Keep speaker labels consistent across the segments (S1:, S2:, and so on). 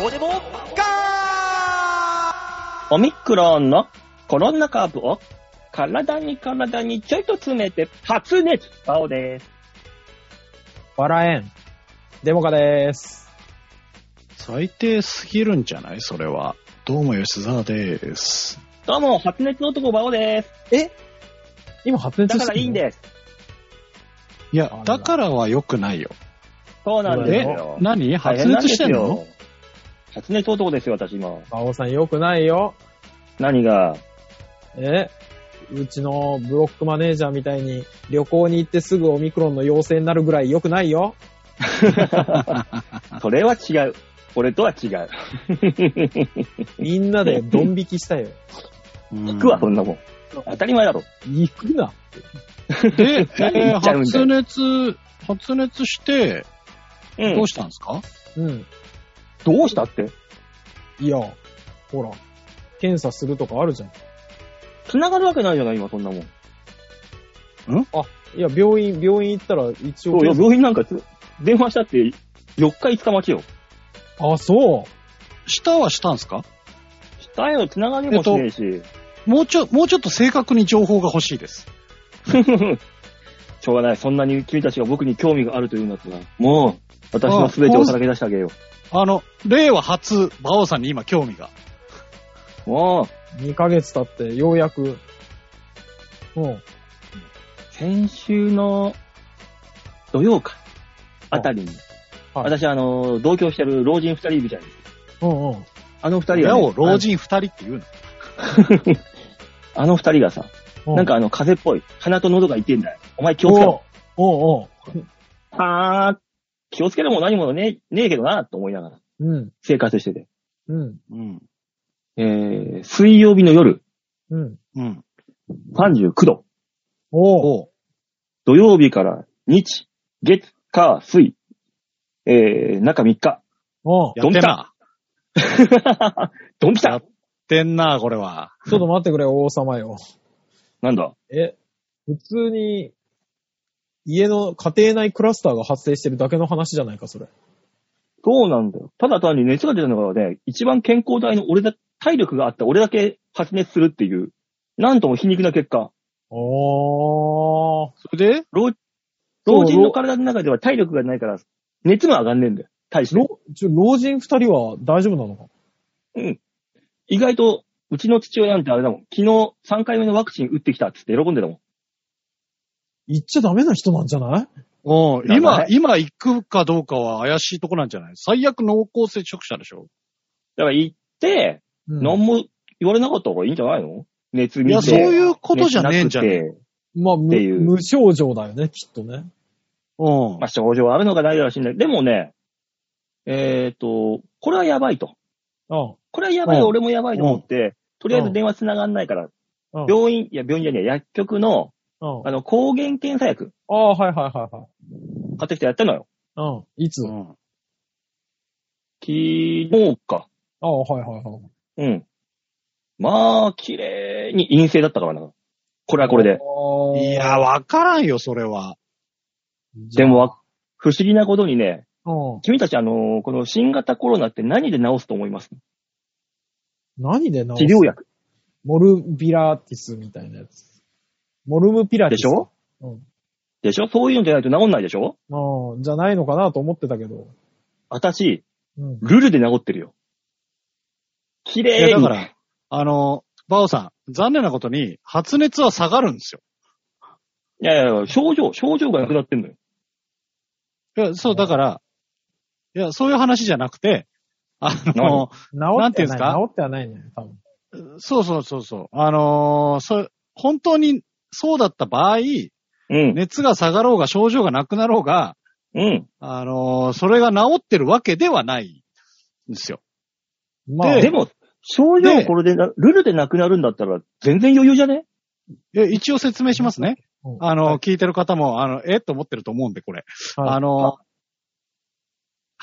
S1: どうでもガ
S2: オミクロンのコロナ株を体に体にちょいと詰めて発熱青です。
S3: 笑えん。デモカです。
S4: 最低すぎるんじゃないそれは。どうも吉沢です。
S2: どうも、発熱男バオです。
S3: 今発熱
S2: だ
S3: して
S2: からいいん
S3: よ。
S2: です。
S4: い
S3: あ
S4: や
S3: ら、
S4: だからは良くないよ。
S2: そうなんです
S4: え
S2: よ。
S4: 何
S2: 大
S4: 発
S2: 変なん
S4: 熱
S2: で
S4: し
S2: す
S4: てんの
S2: よ発熱男ですよ、私今。
S3: 馬王さん良くないよ。
S2: 何が
S3: えうちのブロックマネージャーみたいに旅行に行ってすぐオミクロンの陽性になるぐらい良くないよ。
S2: それは違う。俺とは違う。
S3: みんな でドン引きしたよ。
S2: 行くわ、そん
S4: な。
S2: なもん。当たり前だろ。
S3: 行くな。
S4: で、
S2: 何
S4: え
S2: 言
S4: ー
S2: っちゃうんだ
S4: 発
S2: よ
S4: 熱、発熱して、
S2: う
S4: どうしたんですか、
S3: うん。
S2: どうしたって
S3: いや、ほら、検査するとかあるじゃん。
S2: 繋がるわけないじゃない、今そんなもん。
S3: いや、病院、病院行ったら一
S2: そ
S3: 応
S2: うよ、
S3: 検査。
S2: 病院なんかつ電話したって4日5日待ちよ。
S3: あ、そう。
S4: 舌はしたんですか
S2: したよ、繋がりもしねえし。
S4: もうちょ、もうちょっと正確に情報が欲しいです。
S2: しょうがない。そんなに君たちが僕に興味があるというんだったら、もう、私の全てをさらけ出してあげよ
S4: あの、令和初、馬王さんに今興味が。
S2: う。もう、
S3: 2ヶ月経ってようやく。うん。
S2: 先週の土曜か、あたりに、
S3: はい
S2: 私、あの、同居してる老人二人いるじゃないですか。
S3: うんうん。
S2: あの二人が
S4: な
S2: ね、
S4: お、老人二人って言うの。
S2: あの二人がさ、
S3: う
S2: なんかあの、風邪っぽい。鼻と喉が痛いんだよ。お前気をつけろ。
S3: おうおう
S2: はー、気をつけるも何もね、ねえけどな、と思いながら、
S3: おう。うん。
S2: 生活してて。
S3: うん。
S4: うん。
S2: えー、水曜日の夜、
S3: うん。
S4: うん。
S2: 39度。
S3: おう。
S4: おう
S2: 土曜日から日、月、火、水。えー、中3日。
S3: おう。
S4: やってんな。
S2: ドンピ
S4: や
S2: タ
S4: っってんな、これは。
S3: ちょっと待ってくれ、王様よ。
S2: なんだ
S3: え、普通に、家の家庭内クラスターが発生してるだけの話じゃないか、それ。
S2: そうなんだよ。ただ単に熱が出たのがね、一番健康体の俺だ、体力があった俺だけ発熱するっていう、なんとも皮肉な結果。
S3: おー。
S4: それで、
S2: 老
S3: そう
S2: 老人の体の中では体力がないから、熱も上がんねえんだよ。大して。
S3: ろちょ老人二人は大丈夫なのか
S2: 意外と、うちの父親なんてあれだもん。昨日3回目のワクチン打ってきたっつって喜んでたもん。
S3: 言っちゃダメな人なんじゃない
S4: うん
S2: やば
S4: 今
S2: い、
S4: 今行くかどうかは怪しいとこなんじゃない最悪濃厚接触者でしょ
S2: だから行って、
S3: うん
S2: 何も言われなかった方がいいんじゃないの熱見
S4: い
S2: て。
S4: や、そういうことじゃねえんじゃねえ
S2: 熱なくて
S3: まあ、無
S2: っていう
S3: 無症状だよね、きっとね。
S4: うん
S2: まあ、症状あるのかないのかしんない。でもね、えっ、と、これはやばいと。
S3: あ
S2: これはやばいよ、
S4: うん
S2: 俺もやばいと思って、とりあえ
S3: う
S2: ず
S3: ん
S2: 電話繋がんないから、
S3: あ。うん。
S2: 病院、いや、病院じゃねえ、薬局の、
S3: うん
S2: あの、抗原検査薬
S3: ああ、はいはいはいはい。
S2: 買ってきてやったのよ。
S3: うん。いつ、あ
S4: うん
S2: 昨日か。
S3: あ、はいはいはい。
S2: うん。まあ、綺麗に陰性だったからな。これはこれで。
S3: ああ
S4: いや、わからんよ、それは。
S2: でもわ、不思議なことにね、
S3: うん。
S2: 君たちあのこの新型コロナって何で治すと思います
S3: 何で治す
S2: 治療薬。
S3: モルビラティスみたいなやつ。モルムピラテ
S2: で
S3: ィス。
S2: しょ
S3: うん
S2: でしょそういうのじゃないと治んないでしょ
S3: ああ、じゃないのかなと思ってたけど。
S2: 私、
S3: うん。
S2: ルルで治ってるよ。綺麗に。
S4: いやだからあの、バオさん、残念なことに、発熱は下がるんですよ。
S2: いやいや、症状、症状がなくなってんのよ。
S4: いや、そう、だから、いや、そういう話じゃなくて、あの、
S3: 治
S4: な
S3: っ
S4: んて
S3: ては
S4: いうん
S3: な
S4: す
S3: い。
S4: か
S3: 治ってはないね、多分。
S4: そうそうそうそう、あのーそう、本当にそうだった場合、
S2: うん。
S4: 熱が下がろうが症状がなくなろうが、
S2: うん。
S4: あのーそれが治ってるわけではないんですよ。
S3: まあ、
S2: でも、症状
S4: で
S2: これでな、ルルでなくなるんだったら、全然余裕じゃね
S4: え、一応説明しますね
S3: うん。
S4: あの、聞いてる方も、あの、えっと思ってると思うんで、これ。
S3: はい
S4: あの、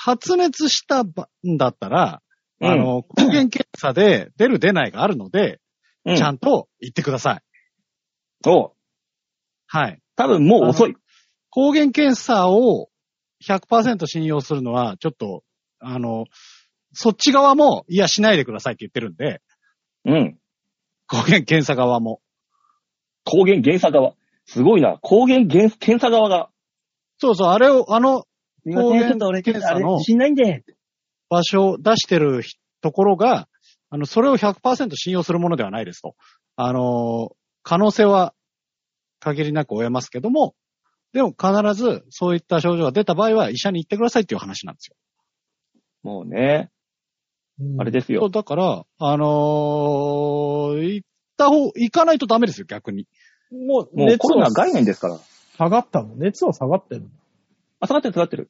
S4: 発熱したばんだったら、あ
S2: うん、
S4: の、抗原検査で出る出ないがあるので、
S2: うん、
S4: ちゃんと言ってください。
S2: そう。
S4: はい。
S2: 多分もう遅い。
S4: 抗原検査を100%信用するのは、ちょっと、あの、そっち側も、いや、しないでくださいって言ってるんで、
S2: うん。
S4: 抗原検査側も。
S2: 抗原検査側。すごいな。抗原検検査側が。
S4: そうそう、あれを、あの抗原
S2: ちょっと俺
S4: 検査の
S2: あれしないんで。
S4: 場所を出してるひところが、あの、それを100%信用するものではないですと。あの、可能性は限りなく追えますけども、でも必ずそういった症状が出た場合は医者に行ってくださいっていう話なんですよ。
S2: もうね、あれ
S3: で。
S2: です
S4: そ
S2: よ
S4: う。だから、あのー行った方、行かないとダメですよ、逆に。
S3: もう、
S2: もう
S3: 熱
S2: コロナ
S3: は
S2: 概念ですから。
S3: 下がったの熱は下がってるの
S2: あ、下がってる下がってる。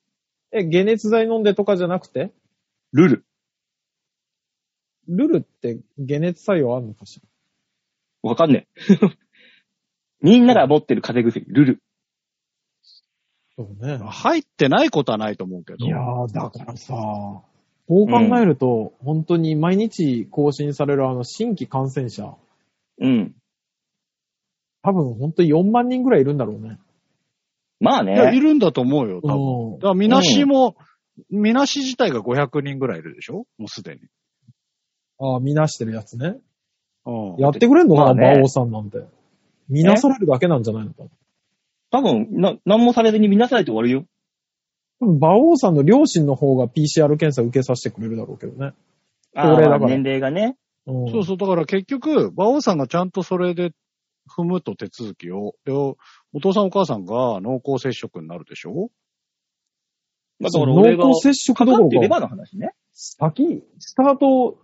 S3: え、解熱剤飲んでとかじゃなくて
S2: ルール。
S3: ルルって解熱作用あるのかしら
S2: わかんね え。みんなが持ってる風邪薬、ルル。
S3: そうね
S4: 入ってないことはないと思うけど。
S3: いやー、だからさ、こう考えると、本当に毎日更新されるあの新規感染者、
S2: うん。
S3: 多分本当に4万人ぐらいいるんだろうね。
S2: まあ
S4: いやい
S2: ね。
S4: るんだと思うよ、多分。だ
S3: う
S4: から、みなしも、みなし自体が500人ぐらいいるでしょもうすでに。
S3: ん。ああ、見なしてるやつね。
S4: うん
S3: やってくれんのかな、
S2: まあね
S3: 馬王さんなんて。見なされるだけなんじゃないのかな。
S2: 多分、な、何もされずに見なされて終わるよ。
S3: 多分馬王さんの両親の方が PCR 検査受けさせてくれるだろうけどね。
S2: あー
S3: 高齢だから
S2: 年齢がね。
S3: うん、
S4: そうそう、だから結局、馬王さんがちゃんとそれで踏むと手続きを、で、お父さんお母さんが濃厚接触になるでしょ
S2: だ
S3: そ
S2: か
S3: う
S2: ら俺が
S3: 濃厚接触
S2: か
S3: ど
S2: か
S3: こ
S2: っていれ
S3: ろ
S2: ば
S3: か、
S2: の話ね。
S3: 先、スタート、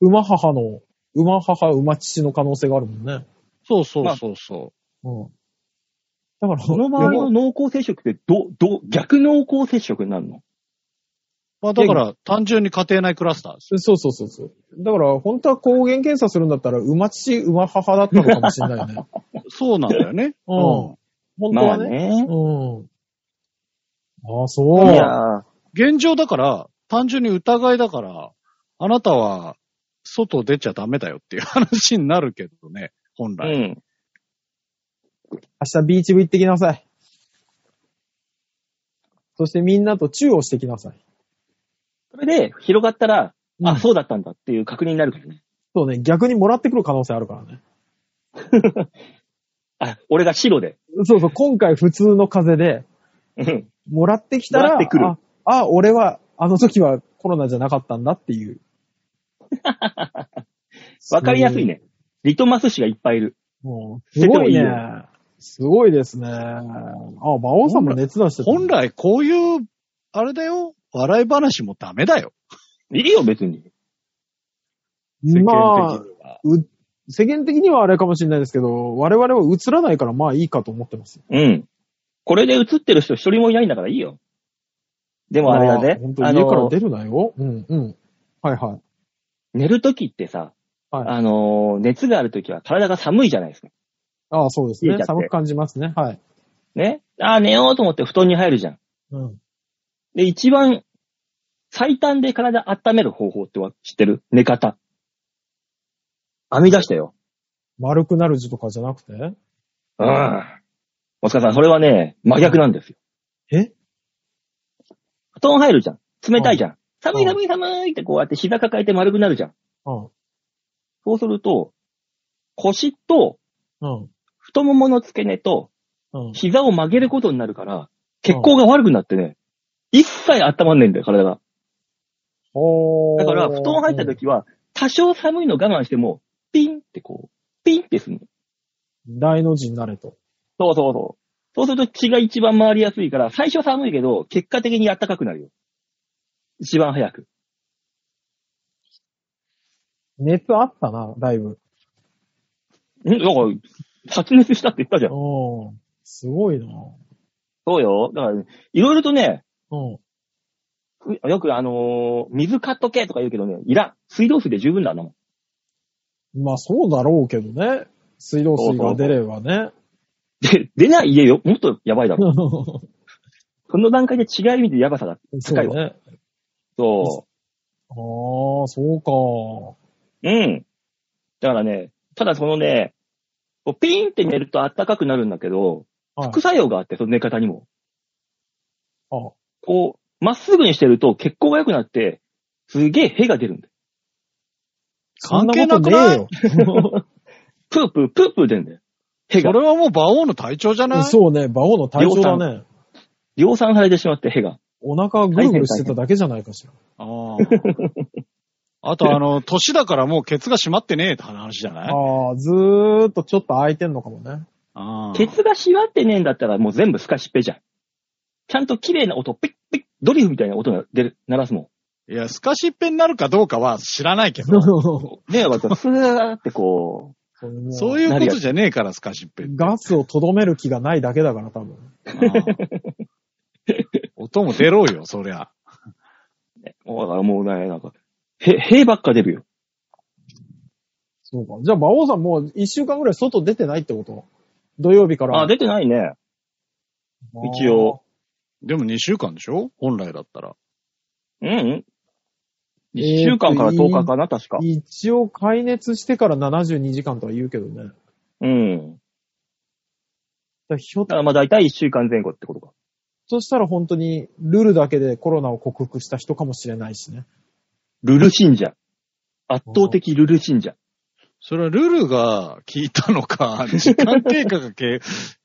S3: 馬母の、馬母、馬父の可能性があるもんね。
S4: そうそ
S2: ま
S4: う
S2: あ
S4: そうそう。
S3: うん。だから、
S2: その場合の濃厚接触って、ど、ど、逆濃厚接触になるの
S4: まあだから、単純に家庭内クラスターです。
S3: そうそうそうそう。だから、本当は抗原検査するんだったら、馬父、馬母だったのかもしれ ないね。
S4: そうなんだよね。
S3: う。
S4: うん
S3: 本当
S2: まあ
S3: はね。
S2: ね。
S3: うん。ああ、そ。
S2: いうやー
S4: ん。現状だから、単純に疑いだから、あなたは、外出ちゃダメだよっていう話になるけどね、本
S2: う
S4: 来。
S2: ん。
S3: 明日ビーチ部行ってきなさい。そしてみんなとチューをしてきなさい。
S2: それで、広がったら、
S3: うん
S2: あ、そうだったんだっていう確認になるからね。
S3: そうね、逆にもらってくる可能性あるからね。
S2: あ、俺が白で。
S3: そうそう、今回普通の風邪で、
S2: うん。
S3: もらってきた
S2: も
S3: ら、
S2: らってくる
S3: あ、あ、俺は、あの時はコロナじゃなかったんだっていう。
S2: わかりやすいね。リトマス紙がいっぱいいる。
S3: もう、す
S2: 出て
S3: ごい
S2: もいい
S3: ね
S2: よ。
S3: すごいですね。あ、馬王さんも熱出してた。
S4: 本来、こういう、あれだよ、笑い話もダメだよ。
S2: いるよ、別に。
S4: 世
S3: ま
S4: 間
S3: あ
S4: 的、には。
S3: 世間的にはあれかもしれないですけど、我々は映らないからまあいいかと思ってます。
S2: うん。これで映ってる人一人もいないんだからいいよ。でもあれだ
S3: まあ
S2: ね
S3: 本。当
S2: あ
S3: 家から
S2: の、
S3: 出るなよ。うん、うん。はいはい。
S2: 寝るときってさ、
S3: はい
S2: あの、熱があるときは体が寒いじゃないですか。
S3: ああ、そうです
S2: 家
S3: ね
S2: だ。って
S3: 寒く感じますね。はい。
S2: ね。あー、寝ようと思って布団に入るじゃん。
S3: うん。
S2: で、一番、最短で体温める方法っては知ってる寝方。編み出したよ。
S3: 丸くなる字とかじゃなくて
S2: うん。お塚さん、それはね、真逆なんですよ。
S3: え
S2: 布団入るじゃん。冷たいじゃん。寒い寒い寒いってこうやって膝抱えて丸くなるじゃん。
S3: うん。
S2: そうすると、腰と
S3: うん。
S2: 太ももの付け根と
S3: うん。
S2: 膝を曲げることになるから、血行が悪くなってね、一切温まんないんだよ、体が。
S3: ほー
S2: だから、布団入った時は、多少寒いの我慢しても、ピンってこう、ピンってするの。
S3: 大の字になれと。
S2: そうそうそう。そうすると血が一番回りやすいから、最初寒いけど、結果的に暖かくなるよ。一番早く。
S3: 熱あったな、だいぶ。
S2: んだから、発熱したって言ったじゃん。
S3: うん。すごいな。
S2: そうよ。だから、いろいろとね、
S3: うん。
S2: うよくあのー水買っとけとか言うけどね、いらん。水道水で十分だなもん。
S3: まあそうだろうけどね。水道水が出れ ばね。
S2: で、出ない家よ。もっとやばいだろ。その段階で違う意味でやばさが。
S3: そうね。
S2: そ
S3: ああ、そうか。
S2: う。うん。だからね、ただそのね、こうピーンって寝ると暖かくなるんだけど、
S3: はい
S2: 副作用があって、その寝方にも。
S3: あ
S2: こう、まっすぐにしてると血行が良くなって、すげえ屁が出るんだよ。
S3: そんことねえよ。
S2: プープー、プープー出るんだよ。屁
S4: そ
S2: が。
S4: れはもう馬王の体調じゃない
S3: そうね、馬王の体調だね。
S2: 量産されてしまって屁が。
S3: お腹ぐるぐるしてただけじゃないかしら。
S4: あー あと、あの、年だからもうケツが締まってねえって話じゃない
S3: ああ、ずーっとちょっと空いてんのかもね。
S4: あー
S2: ケツがしわってねえんだったらもう全部スカシッペじゃん。ちゃんと綺麗な音、ピッピッ、ドリフみたいな音が出る、鳴らすも
S4: いや、スカシッペになるかどうかは知らないけど、
S3: そ
S2: ん。ねえ、わかる。スーってこ
S3: うもう
S4: そういうことじゃねえから、スカシッペって。
S3: ガスをとどめる気がないだけだから、多分。
S4: あー音も出ろよ、そりゃ。
S2: う、もうだからもうね、なんか、へ、へばっか出るよ。
S3: そうか。じゃあ、馬王さんもう一週間ぐらい外出てないってこと土曜日から。
S2: あ、出てないね。
S3: あー
S2: 一応。
S4: でも2週間でしょ本来だったら。
S2: うんうん。1週間から10日かな、確か。
S3: 一応、解熱してから72時間とは言うけどね。だか
S2: うん。
S3: らひょっ
S2: だからまあ大体1週間前後ってことか。
S3: としたら本当に、ルルだけでコロナを克服した人かもしれないしね。
S2: ルル信者。圧倒的ルル信者。
S4: それはルルが聞いたのか、時間経過がけ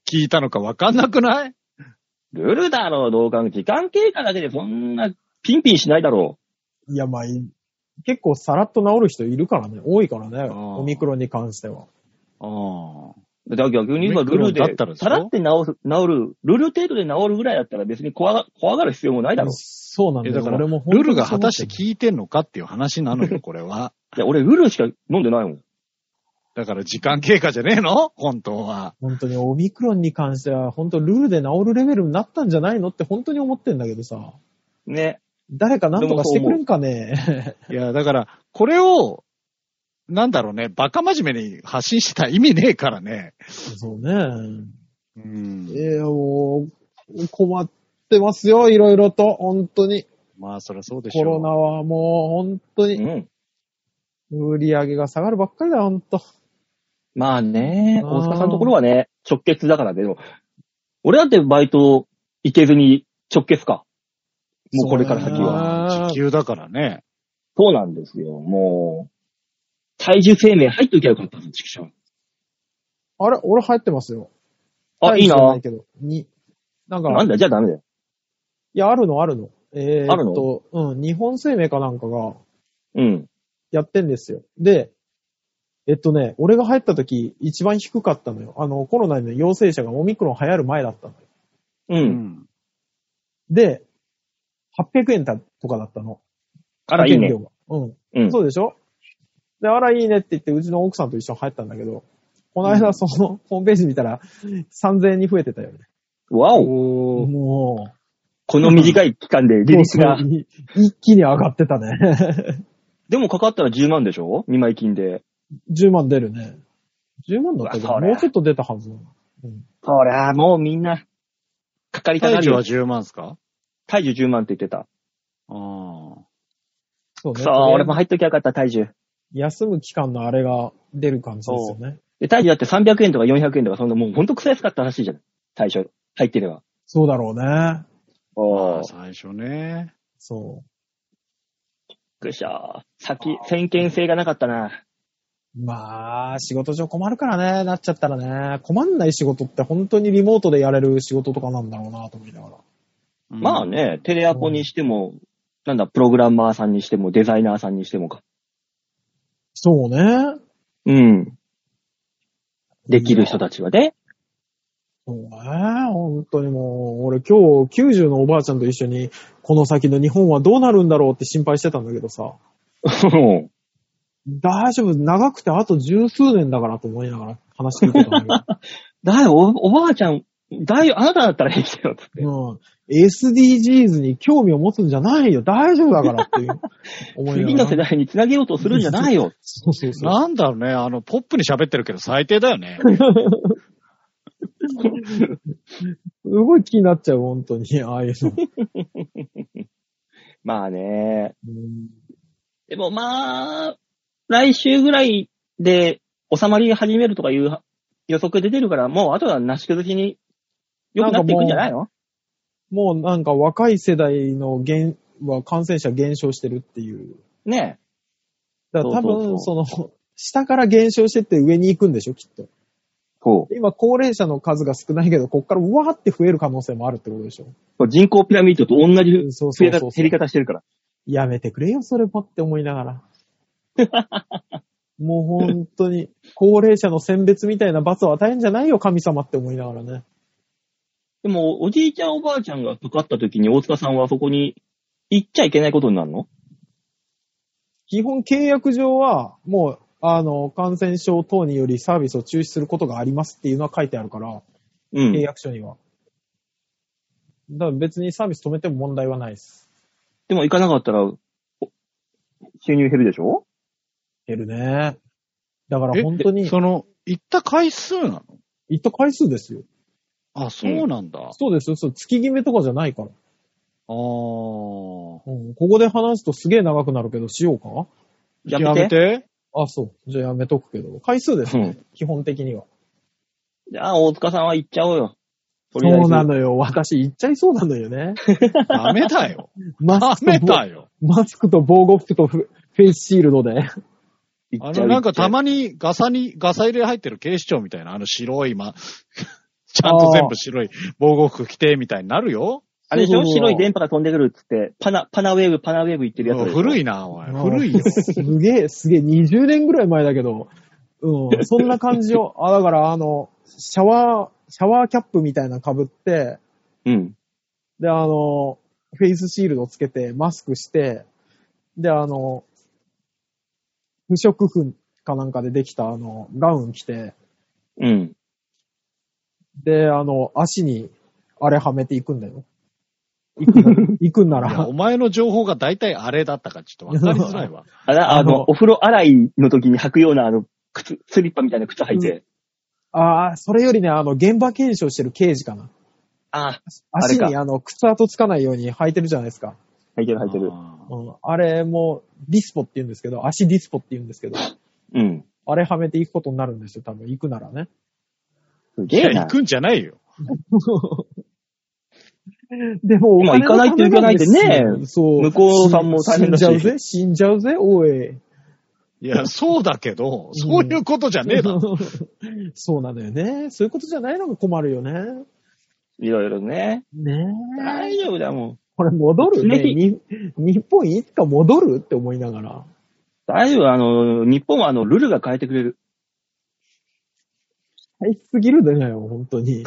S4: 聞いたのかわかんなくない
S2: ルルだろう、同感。時間経過だけでそんなピンピンしないだろ
S3: いや、まあ、い結構さらっと治る人いるからね。多いからね。
S4: あー
S3: オミクロンに関しては。
S4: ああ。
S2: う。だから逆に言えば
S4: オミク
S2: ル
S4: ロ
S2: ル
S4: ン
S2: で
S4: だったらで、しょ
S2: さらって治す、治る、ルル程度で治るぐらいだったら別に怖が怖がる必要もないだろう。
S3: そうなんだよ。
S4: えだから
S3: 俺も本当
S4: ル
S3: に
S4: ルが果たして
S3: そう思って
S4: 聞いてんのかっていう話なのよ、これは。
S2: いや、俺ルルしか飲んでないもん。
S4: だから時間経過じゃねえの本当は。
S3: る本当にオミクロンに関しては、本当ルルで治るレベルになったんじゃないのって本当に思ってんだけどさ。
S2: ね。
S3: 誰か何とかしてくれんかね。
S4: いや、だから、これを、なんだろうね、バカ真面目に発信してたら意味ねえからね。
S3: そうね。
S4: うん。
S3: ええもう、困ってますよ、いろいろと。本当に。
S4: まあ、そりゃそうでし
S3: コ
S4: ょ
S3: ロ
S4: う。
S3: ナはもう、本当
S2: う
S3: に、
S2: ん。
S3: 売り上げが下がるばっかりだ、本当。
S2: まあね、
S3: あー
S2: 大塚さんのところはね、直結だからね。でも俺だってバイト行けずに直結か。もうこれから先は。
S3: は
S4: 時給だからね。
S2: そうなんですよ。もう、体重生命入っときゃよかったの、畜生。
S3: あれ俺入ってますよ。
S2: あ、
S3: 大
S2: いい
S3: して
S2: な
S3: な。けど。に。なんか、
S2: なんだ、じゃあダメだよ。
S3: いや、あるの、あるの。えー、
S2: あるの
S3: と、うん、日本生命かなんかが
S2: うん。
S3: やってんですよ。で、えっとね、俺が入った時、一番低かったのよ。あの、コロナの陽性者がオミクロン流行る前だったのよ。
S2: う。
S4: うんん。
S3: で、800円だとかだったの。
S2: あら、いいね
S3: 原。料がうん。
S2: うん。
S3: そうでしょで、あら、いいねって言って、うちの奥さんと一緒に入ったんだけど、この
S4: う
S3: 間、その、ホームページ見たら、3000円に増えてたよね。
S2: わお。
S4: おー
S3: も
S2: この短い期間で
S3: う、
S2: 利率が
S3: も。うそれ一気に上がってたね。
S2: でもかかったら10万でしょ ?2 枚金で。
S3: 10万出るね。10万だったけ
S2: う
S3: ど、
S2: わそれ
S3: もうちょっと出たはず。
S2: ほら、もうみんな、かかりたが
S4: 体
S2: る
S4: 重は
S2: よ。
S4: 10万ですか
S2: 体重10万って言ってた。
S4: ああ。
S3: そう
S2: くそー、
S3: ね。とりあえず
S2: 俺も入っときゃよかった、体重。休
S3: 休む期間のあれが出る感じですよね。
S2: で、体重だって300円とか400円とか、そんなもうほんと臭い安かったらしいじゃん。最初、入ってれば。
S3: そうだろうね。
S2: おー、
S4: 最初ね。
S3: そ
S2: くしょー。先、先見性がなかったな。
S3: う。まあ、仕事上困るからね、なっちゃったらね。困んない仕事って本当にリモートでやれる仕事とかなんだろうなと思いながら。
S2: まあね、テレアポにしても、なんだ、プログラマーさんにしても、デザイナーさんにしてもか。
S3: そうね。
S2: うん。できる人たちはね。
S3: そうね。本当にもう、俺今日90のおばあちゃんと一緒に、この先の日本はどうなるんだろうって心配してたんだけどさ。大丈夫、長くてあと十数年だからと思いながら話聞いてたんだけど。
S2: だよ、おおばあちゃん、だよ、あなただったら平気だよ、つって。
S3: うん。SDGs に興味を持つんじゃないよ。大丈夫だからって いう思いながら。
S2: 次の世代につなげようとするんじゃないよ。
S3: そうそうそう。
S4: なんだろうね、あの、ポップに喋ってるけど最低だよね。
S3: すごい気になっちゃう、本当に。ああいうの。
S2: まあね。
S3: うん
S2: でもまあ、来週ぐらいで収まり始めるとかいう予測出てるから、もうあとはなし崩しに良くなっていくんじゃないの
S3: もうなんか若い世代の現は感染者減少してるっていう。
S2: ね
S3: だから多分、そ
S2: そ
S3: の、下から減少してって上に行くんでしょ、きっと。
S2: そ
S3: 今、高齢者の数が少ないけど、こっからうわーって増える可能性もあるってことでしょ。
S2: う。人口ピラミッドと同じ
S3: そ
S2: 増
S3: うそう
S2: え
S3: そ
S2: 方、
S3: うそう。
S2: 減り方してるから。
S3: やめてくれよ、それもって思いながら。 もう本当に、高齢者の選別みたいな罰を与えんじゃないよ、神様って思いながらね。
S2: でも、おじいちゃんおばあちゃんがかかった時に大塚さんはそこに行っちゃいけないことになるの
S3: 基本契約上は、もう、あの、感染症等によりサービスを中止することがありますっていうのは書いてあるから、
S2: う
S3: 契
S2: ん。
S3: 約書には。だから別にサービス止めても問題はないです。
S2: でも行かなかったら、お収入減るでしょ
S3: 減るね。だから
S4: え
S3: 本当に、
S4: その、行った回数なの
S3: 行った回数ですよ。
S4: あ、そうなんだ。あ
S3: そうですよ。そう月決めとかじゃないから。
S4: あ
S3: う
S4: ー。
S3: ん、ここで話すとすげえ長くなるけど、しようか
S2: やめて。
S4: て。
S3: あ、そう。じゃあやめとくけど。回数です、
S2: うん。
S3: 基本的には。
S2: じゃあ、大塚さんは行っちゃおうよ。そ
S3: そうな
S2: の。
S3: のよ。私、言っちゃいそうなのよ ね。
S4: ダメだよ。
S3: マ
S4: ダ
S3: ス
S4: メ
S3: クと、
S4: だよ。
S3: マスクと防護服とフフェイスシールドで。
S2: 行
S4: あ
S2: っちゃ
S4: の、
S2: う。
S4: なんかた
S2: ま、
S4: まにガサに、ガサ入れ入ってる警視庁みたいな、あの白い、ま、 ちゃんと全部白い防護服着てみたいになるよ。
S2: あれでし
S3: そう
S2: ょ
S3: そうそう
S2: 白い電波が飛んでくるっつって、パナ、パナウェーブ、パナウェーブ言ってるやつ
S4: もう
S2: でしょ。
S4: 古
S2: い。
S4: いな、お前。 古 いよ。
S3: すげえ、すげえ、20年ぐらい前だけど、うん、そんな感じ を。あ、だから、あの、シャワー、シャワーキャップみたいなの被って、
S2: うん。
S3: で、あの、フェイスシールドつけて、マスクして、で、あの、不織布かなんかでできた、あの、ガウン着て、
S2: うん。
S3: で、あの、足に、あれはめていくんだよ。行くな行くんない
S4: や
S3: ら
S4: お。前の情報が大体あれだったからちょっとわかりづらいわ。
S2: あら、あ
S3: あ
S2: の、
S3: の
S2: お風呂洗いの時に履くような、あの、靴、スリッパみたいな靴履いて。
S3: ああ、それよりね、あの、現場検証してる刑事かな。
S2: ああれ
S3: 足
S2: か
S3: に、あの、靴跡つかないように履いてるじゃないですか。
S2: あ、履いてる履いてる。
S4: あ
S3: うん、あれも、ディスポって言うんですけど、足ディスポって言うんですけど、
S2: うん。
S3: あれはめていくことになるんですよ、多分、行くならね。
S2: すげ
S4: ー。い
S2: え
S4: や、
S2: な
S4: 行。くんじゃないよ。
S3: でも、お金
S2: 今行
S3: の
S2: かないといけないんでね
S3: ためなんですよそう。
S2: 向こうさんも大変だし
S3: 死んじゃうぜ、死んじゃうぜ、おい。
S4: いや、そうだけど、そういうことじゃねえだろ。
S3: そうなのよね。そういうことじゃないのが困るよね。
S2: いろいろね。
S3: ね
S2: 大丈夫だもん。
S3: これ戻るね
S2: ぜひ
S3: に日本いつか戻るって思いながら。
S2: 大丈夫。あの、日本はあの、ルールが変えてくれる。
S3: 大変すぎるだよ、本当に。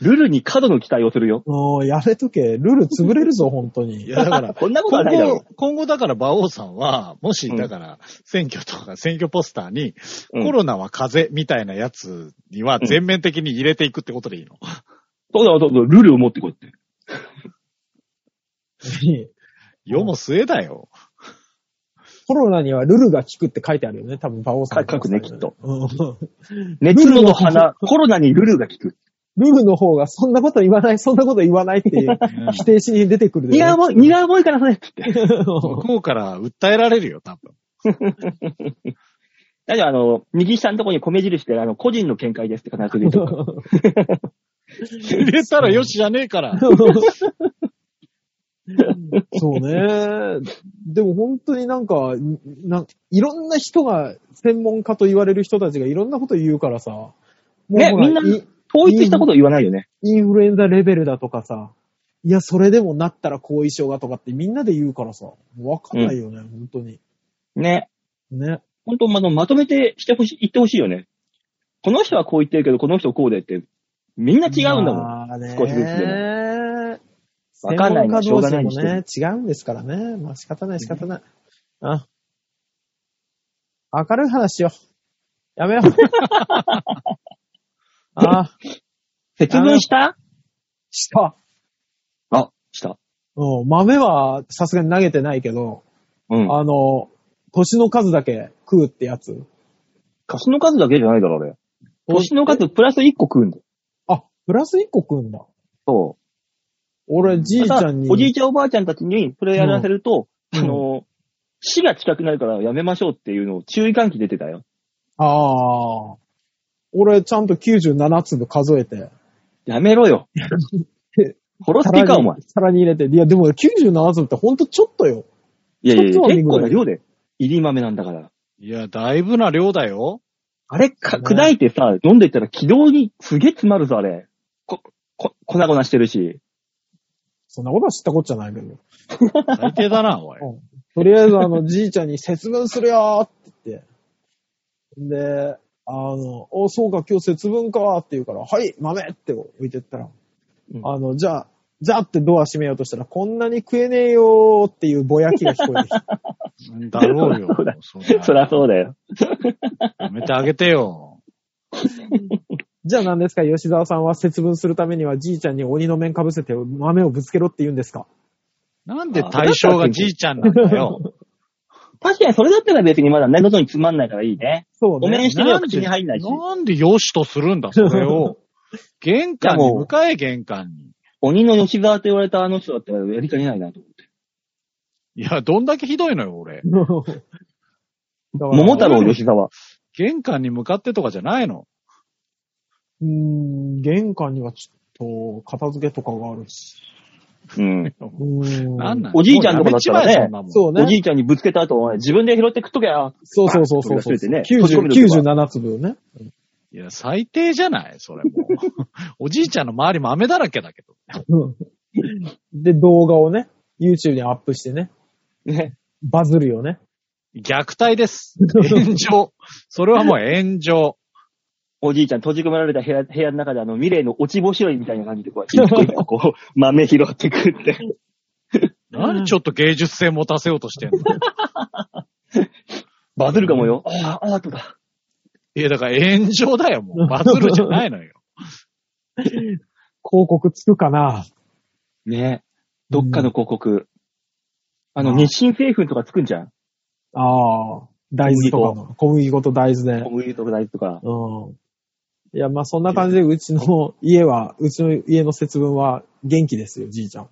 S2: ルールに過度の期待をするよ。
S3: もうやめとけ。ルール潰れ るぞ、本当
S4: い
S3: に。
S4: や、だから、
S2: こんなことは
S4: 今
S2: ないだ
S4: 後
S2: ろ、
S4: 今後だから馬王さんは、もし、
S2: うん
S4: だから、選挙とか、選挙ポスターに、
S2: う。
S4: コ
S2: うん
S4: ロナは風邪みたいなやつには
S2: うん
S4: 全面的に入れていくってことでいいの、
S2: そうだ、そうだ、ルールを持ってこいって。
S4: 世も末だよ。
S3: コロナにはルルが効くって書いてあるよね、多分、馬王さんの
S2: 書くねきっと
S3: うん
S2: 熱のの花、コロナにルールが効く。
S3: ルルの方が、そんなこと言わない、そんなこと言わないっていう、否定しに出てくるで
S2: 荷
S3: しょ
S2: が重い、荷 が重いからそれっつって。
S4: 向こうから訴えられるよ、多分。
S2: 大丈夫、あの、右下のところに米印で、あの、個人の見解ですって必ず 入れとく
S4: 入れたらよしじゃねえから。
S3: そうね。でも本当になんか、ないろんな人が、専門家と言われる人たちがいろんなこと言うからさ。もう
S2: ね
S3: ほら
S2: みんな
S3: イ
S2: 統一したこと言わないよね。
S3: インフルエンザレベルだとかさ。いや、それでもなったら後遺症がとかってみんなで言うからさ。わかんないよね、本当に。
S2: ね。
S3: ね。
S2: 本当、あの、まとめてしてほしい、言ってほしいよね。この人はこう言ってるけど、この人こうでって、みんな違うんだもん。
S3: まあね。
S2: 少しずつでもわ
S3: 専
S2: かんない
S3: 門
S2: の
S3: 家
S2: はしょ
S3: 同
S2: うが
S3: 士
S2: ない
S3: も
S2: にして
S3: ね、違うんですからね。まあ仕方ない仕方ない。あ。明るい話しよう。やめよ う。あ、
S2: 節分した
S3: した。
S2: あ、した。
S3: うん、豆はさすがに投げてないけど、
S2: うん。
S3: あの、年の数だけ食うってやつ。
S2: 年の数だけじゃないだろ、あれ。年の数プラス1個食うんだよ。
S3: あ、プラス1個食うんだ。
S2: そ
S3: 俺、じ
S2: う。
S3: いち
S2: た
S3: ゃ
S2: だ
S3: んに。
S2: おじいちゃんおばあちゃんたちにそれやらせると、
S3: うん
S2: あの、死が近くなるからやめましょうっていうのを注意喚起出てたよ。
S3: ああ。俺、ちゃんと97粒数えて。
S2: やめろよ。殺す気か、お前。
S3: 皿に入れて。いや、でも97粒ってほんとちょっとよ。
S2: いやいやい
S3: ち
S2: や、
S3: ょっとは見
S2: 結
S3: ぐら
S2: 構
S3: い
S2: な量で。入り豆なんだから。
S4: いや、だいぶな量だよ。
S2: あれか、
S3: ね
S2: 砕いてさ、飲んでいったら軌道にすげえ詰まるぞ、あれ。こ、こ、粉々してるし。
S3: そんなことは知ったこっちゃないけど。
S4: 最低だ な、おい。
S3: とりあえず、あの、じいちゃんに節分するよーって言って。で、あの、お、そうか、今日節分かーって言うから、はい、豆って置いてったら、
S2: うん
S3: あの、じゃあ、じゃあってドア閉めようとしたら、こんなに食えねえよーっていうぼやきが聞こえて きた。
S4: だろうよ。そりゃ
S2: そりゃそうだよ。
S4: やめてあげてよ。
S3: じゃあ何ですか吉沢さんは節分するためにはじいちゃんに鬼の面かぶせて豆をぶつけろって言うんですか
S4: なんで対象がじいちゃんなん だよ。
S2: 確かにそれだったら別にまだね、喉に詰まんないからいいね。
S3: そう
S2: お面
S3: ね。
S2: してみれば口に入んないし。
S4: なんでよしとするんだ、それを。玄関に向かえ、玄関に。
S2: 鬼の吉沢と言われたあの人だったらやりかねないなと思って。
S4: いや、どんだけひどいのよ、俺。
S3: だから
S2: 桃太郎吉沢。
S4: 玄関に向かってとかじゃないの。
S3: うーん、玄関にはちょっと片付けとかがあるし。
S2: うん。
S3: うーん。
S4: なんなん
S2: おじいちゃんとかだったらね
S4: やめちまえそんなもん
S3: そう
S2: おじ
S3: ね。
S2: いちゃんにぶつけた後、お前自分で拾って食っとけよ。
S3: そうそうそうそうそう、
S2: 飛び出してね
S3: 90 97粒ね。
S4: いや、最低じゃないそれも う。おじいちゃんの周り豆だらけだけど。
S3: うんで、動画をね、YouTube にアップしてね、
S2: ね。
S3: バズるよね。
S4: 虐待です。炎上。それはもう炎上。
S2: おじいちゃん閉じ込められた部屋、部屋の中であの、ミレイの落ちぼしろいみたいな感じで、こう、一個一個こう、豆拾ってくって。
S4: 何ちょっと芸術性持たせようとしてんの
S2: バズるかもよ。ああ、アートだ。
S4: いや、だから炎上だよ、もう。バズるじゃないのよ。
S3: 広告つくかな
S2: ねどっかの広告。あ
S3: う
S2: の、
S3: ん
S2: 日清製粉とかつくんじゃん。
S3: ああ、大豆とかの。小麦粉と大豆で
S2: 小。麦とか大豆とか。
S3: うん。いや、まあそんな感じで、うちの家は、うちの家の節分は元気ですよ、じいちゃん。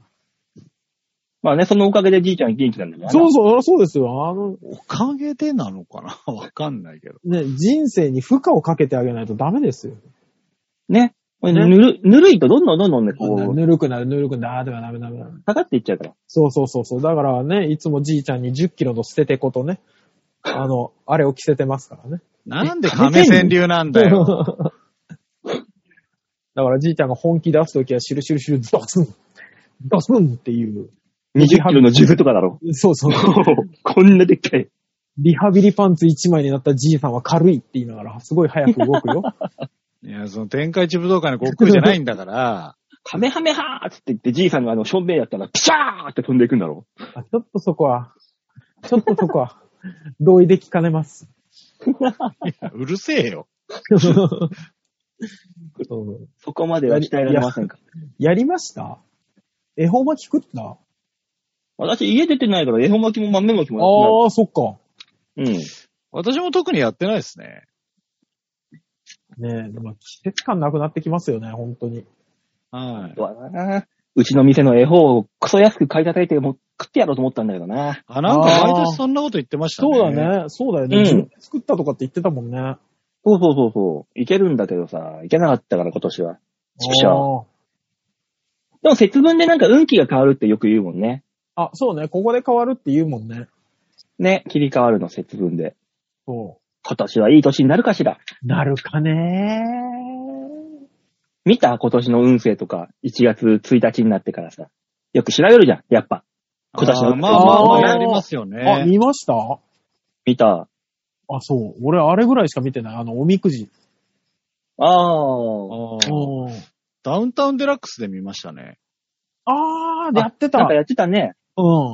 S2: まあね、そのおかげでじいちゃん元気なんだよね。
S3: そうそう、そうですよ。あの、
S4: おかげでなのかなわかんないけど。
S3: ね、人生に負荷をかけてあげないとダメですよ。
S2: ね。これぬる、ぬるいとどんどんどんどんね、こう、
S3: ぬるくなる、ぬるくなる、あーではダメダメダメ。
S2: 下がっていっちゃうから。
S3: そうそうそうそう。だからね、いつもじいちゃんに10キロの捨ててことね、あの、あれを着せてますからね。
S4: なんで亀川流なんだよ。
S3: だからじいちゃんが本気出すときは、シュルシュルシュル、ドスンドスンっていう。
S2: 20キロの10とかだ ろ。
S3: そうそう。
S2: こんなでっかい。
S3: リハビリパンツ1枚になったじいさんは軽いって言いながら、すごい早く動くよ。
S4: いや、その天下一武道会の悟空じゃないんだから、
S2: カメハメハーっつって言って、じいさんがあの、正面やったら、ピシャーって飛んでいくんだろ。
S3: あちょっとそこは、ちょっとそこは、同意で聞かれます。
S4: うるせえよ。
S3: そう
S2: そこまでは鍛えられませんか。
S3: やりました恵方巻き食った
S2: 私、家出てないから、恵方巻きも豆巻きも
S3: ああ、そっか。
S2: やってない。うん。
S4: 私も特にやってないですね。
S3: ねえ、でも季節感なくなってきますよね、本当に。
S4: はい。
S2: うわなうちの店の恵方をクソ安く買い叩いても食ってやろうと思ったんだけどな。
S4: あ、なんか毎年そんなこと言ってましたね。
S3: そうだ。ね、そうだよね。
S2: うん
S3: 自分で作ったとかって言ってたもんね。あ
S2: そうそうそうそう。いけるんだけどさ、いけなかったから今年は。畜生。
S3: ー
S2: でも節分でなんか運気が変わるってよく言うもんね。
S3: あ、そうね、ここで変わるって言うもんね。
S2: ね、切り替わるの節分で。
S3: そ
S2: 今年はいい年になるかしら。
S3: う。なるかね
S2: 見た今年の運勢とか、1月1日になってからさ。よく調べるじゃん、やっぱ。今年の
S4: あーまあまあまあ
S3: あー
S4: やりますよ
S3: あ、
S4: ね。
S3: 見ました
S2: 見た。
S3: あ、そう。俺、あれぐらいしか見てない。あの、おみくじ。
S2: ああ。
S4: あー
S3: うん
S4: ダウンタウンデラックスで見ましたね。
S3: あー、でやって
S2: な
S3: た
S2: んか。やってたね。
S3: うん。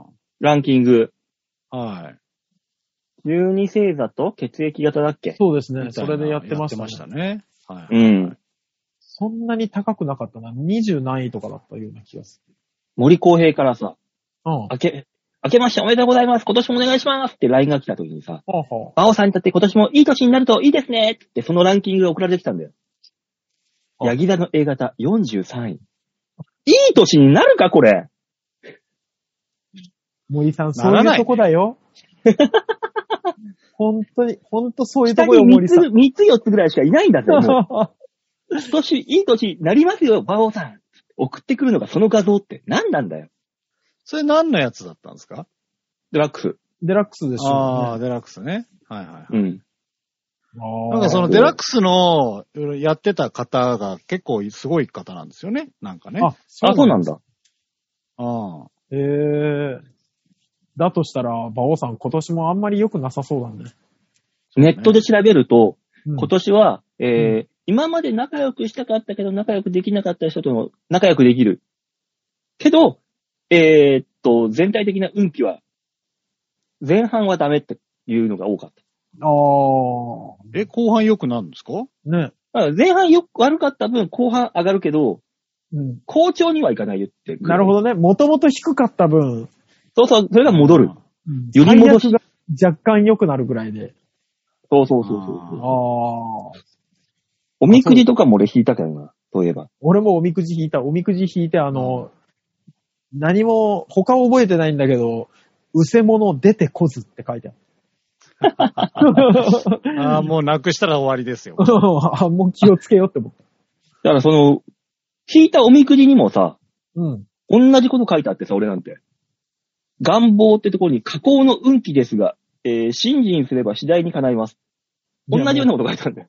S4: あ
S2: ランキング。
S4: あ。はい。
S2: 12星座と血液型だっけ
S3: そうですね。
S4: みたい
S3: そ
S4: な
S3: れでやってました,、ね
S4: やってましたね。は
S2: う
S4: い。
S2: ん。
S3: そんなに高くなかったな。20何位とかだったような気がす
S2: 森公平からさ、
S3: る。うん。は
S2: 明け、明けましておめでとうございます。今年もお願いしますって LINE が来た時にさ、
S3: あは
S2: バオさんにとって今年もいい年になるといいですねってそのランキングが送られてきたんだよ。
S3: あ
S2: ヤギ座の A 型43位。いい年になるかこれ。
S3: 森さん、そ
S4: な
S3: う
S4: ら
S3: い
S4: ないう
S3: とこだよ。本当に、本当そういう
S2: 下
S3: と
S2: に
S3: こよ、森
S2: 3つ、
S3: さん。
S2: 3つ4つぐらいしかいないんだぜ。もう
S3: あ
S2: 今年いい年になりますよ、バオさん。送ってくるのがその画像って何なんだよ。
S4: それ何のやつだったんですか
S2: ドラック
S3: デラックスでし
S4: あ
S3: ょ
S4: あ、デラックスね。はいはいは
S2: ス。うん。
S3: うね、あー
S4: い。なんかそのデラックスのやってた方が結構すごい方なんですよね。なんかね。
S3: あ、
S2: あ、そうなん
S3: だ。
S2: だ。
S4: あ
S3: ええだとしたら、馬王さん今年もあんまり良くなさそうだね。
S2: ネットで調べると、
S3: うん
S2: 今年は、えー今まで仲良くしたかったけど、仲良くできなかった人との仲良くできる。けど、えーっと、全体的な運気は、前半はダメっていうのが多かった。
S3: ああ、
S4: え、後半良くなるんですか
S3: ね。
S2: だから前半よく悪かった分、後半上がるけど、
S3: うん。
S2: 好調にはいかないよって。
S3: なるほどね。もともと低かった分、
S2: そうそう、それが戻る。より
S3: 最
S2: 戻し
S3: 悪が若干良くなるぐらいで。
S2: そうそうそうそう。
S3: ああ。
S2: おみくじとかも俺引いたけどな、そういえば。
S3: 俺もおみくじ引いた。おみくじ引いて、あの、何も、他覚えてないんだけど、うせ者出てこずって書いてある。
S4: あーあー、もうなくしたら終わりですよ。
S3: あ、もう気をつけようって思った。
S2: だからその、引いたおみくじにもさ、
S3: うん。
S2: 同じこと書いてあってさ、俺なんて。願望ってところに、加工の運気ですが、えー、信心すれば次第に叶います。同じようなこと書いてあるんだよ。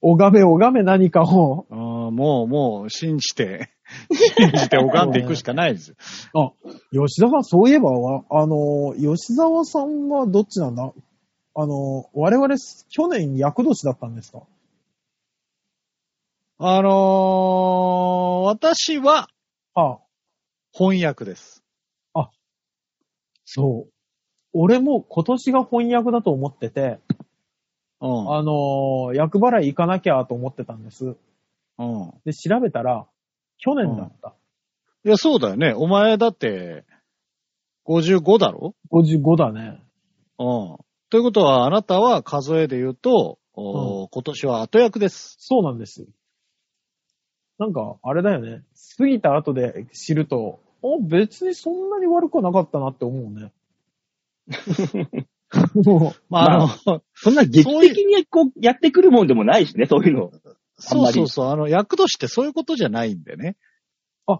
S3: 拝め拝め何かを。
S4: あーもう、もう、信じ て、信じて拝んでいくしかないですよ。
S3: 吉沢さん、そういえばわ、あの、吉沢さんはどっちなんだあの、我々、去年、役年だったんですか
S4: あのー、私は
S3: あ
S4: 翻訳です。
S3: そう。俺も今年が翻訳だと思ってて、
S4: うん。
S3: あのー、役払い行かなきゃと思ってたんです。
S4: うん。
S3: で、調べたら、去年だった。
S4: いや、そうだよね。お前だって、55だろ
S3: 55だね。
S4: うん。ということは、あなたは数えで言うと、おー今年は後役です。
S3: そうなんですよ。なんか、あれだよね。過ぎた後で知ると、あ、別にそんなに悪くはなかったなって思う ね。も
S4: まあ、あの、
S2: そんな劇的にこうやってくるもんでもないしね、そういうの。あん
S4: そ
S2: ま
S4: う
S2: り
S4: そうそう、あの、役年ってそういうことじゃないんでね。
S3: う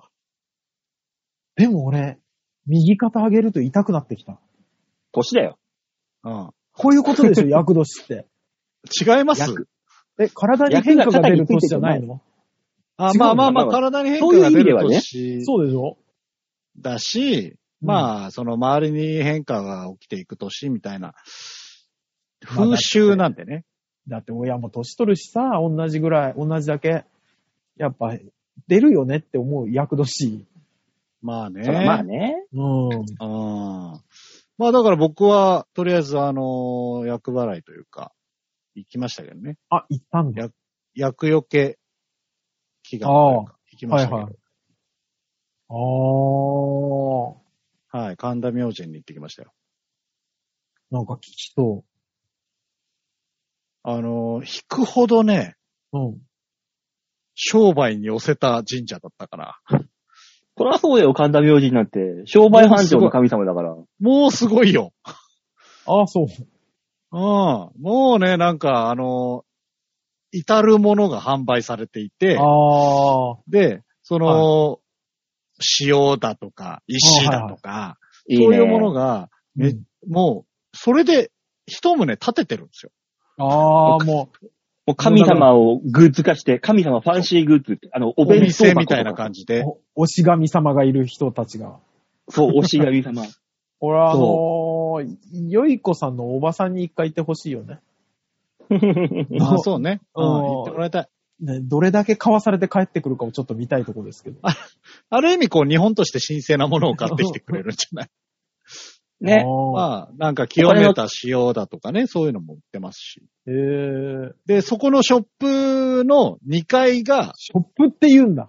S3: でも俺、右肩上げると痛くなってきた。
S2: 年だよ。
S4: うん。
S3: こういうこと でしょ、役年って。
S4: 違います
S2: 役
S3: え、体に変化が出る年じゃないの
S4: あ
S3: 違う
S4: まあまあまあ、
S2: まあ
S4: 体に変化が
S2: そういう意
S4: 出
S2: 味で
S4: る
S2: はね
S4: 年
S3: そうでしょ
S4: だし、まあ、その周りに変化が起きていく年みたいな、風習なんでね。
S3: だって親も年取るしさ、同じぐらい、同じだけ、やっぱ出るよねって思う役年。
S4: まあね。
S2: そらまあね。
S3: うん。
S4: うんまあだから僕は、とりあえずあのー、役払いというか、行きましたけどね。
S3: あ、行ったんだ。
S4: 役よけ祈願というか、行きましたけど。
S3: はいは
S4: は
S3: いあー。
S4: い、神田明神に行ってきましたよ。
S3: なんか聞きそ
S4: あのー、引くほどね、
S3: う。うん。
S4: 商売に寄せた神社だったから、
S2: そらそうだよ、神田明神なんて。商売繁盛の神様だから。
S4: もうすごいよ。
S3: ああ、そう。
S4: うん。もうね、なんかあのー、至るものが販売されていて、
S3: ああ。
S4: で、その、塩だとか、石だとか、
S2: い
S4: そ
S2: ね
S4: ういうものが、め
S3: うん
S4: もう、それで、一棟建ててるんですよ。
S3: ああ、もう、
S2: もう神様をグッズ化して、神様ファンシーグッズって、あの、お
S4: お
S2: 弁当
S4: 店
S2: 箱
S4: みたいな感じで。
S3: お、おし神様がいる人たちが。
S2: そう、おし神 様。
S3: 俺はあのー、よいこさんのおばさんに一回行ってほしいよね。
S4: あそうね。うん。
S3: うん
S4: 行ってもらいたい。
S3: ね、どれだけ買わされて帰ってくるかをちょっと見たいところですけど。
S4: ある意味、こう、日本として神聖なものを買ってきてくれるんじゃない
S2: ね。
S3: ああ。
S4: まあ、なんか、清めた塩だとかね、そういうのも売ってますし。
S3: えー、
S4: で、そこのショップの2階が、
S3: ショップって言うんだ。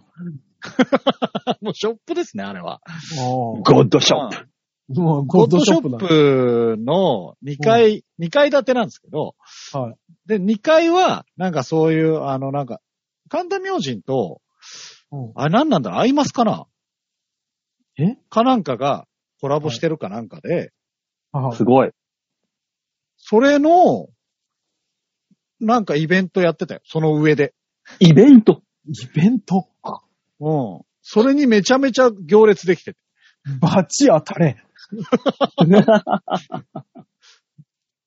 S4: もうショップですね、あれは。
S3: も
S2: ゴッドショップ。
S3: う、もう
S4: ゴ
S3: ゴ
S4: ッ
S3: ッ
S4: ド
S3: ド
S4: シ
S3: ショ
S4: ョ
S3: ップだ。
S4: ップの2階、2階建てなんですけど、
S3: はい
S4: で、2階は、なんかそういう、あの、なんか、神田明神と、
S3: うん
S4: あれなんなんだろう、アイマスかな
S3: え
S4: かなんかがコラボしてるかなんかで、
S3: ああ
S2: すごい。
S4: それの、なんかイベントやってたよ、その上で。
S2: イベント。
S3: イベント。
S4: うん。それにめちゃめちゃ行列できてて。
S3: バチ当た れ。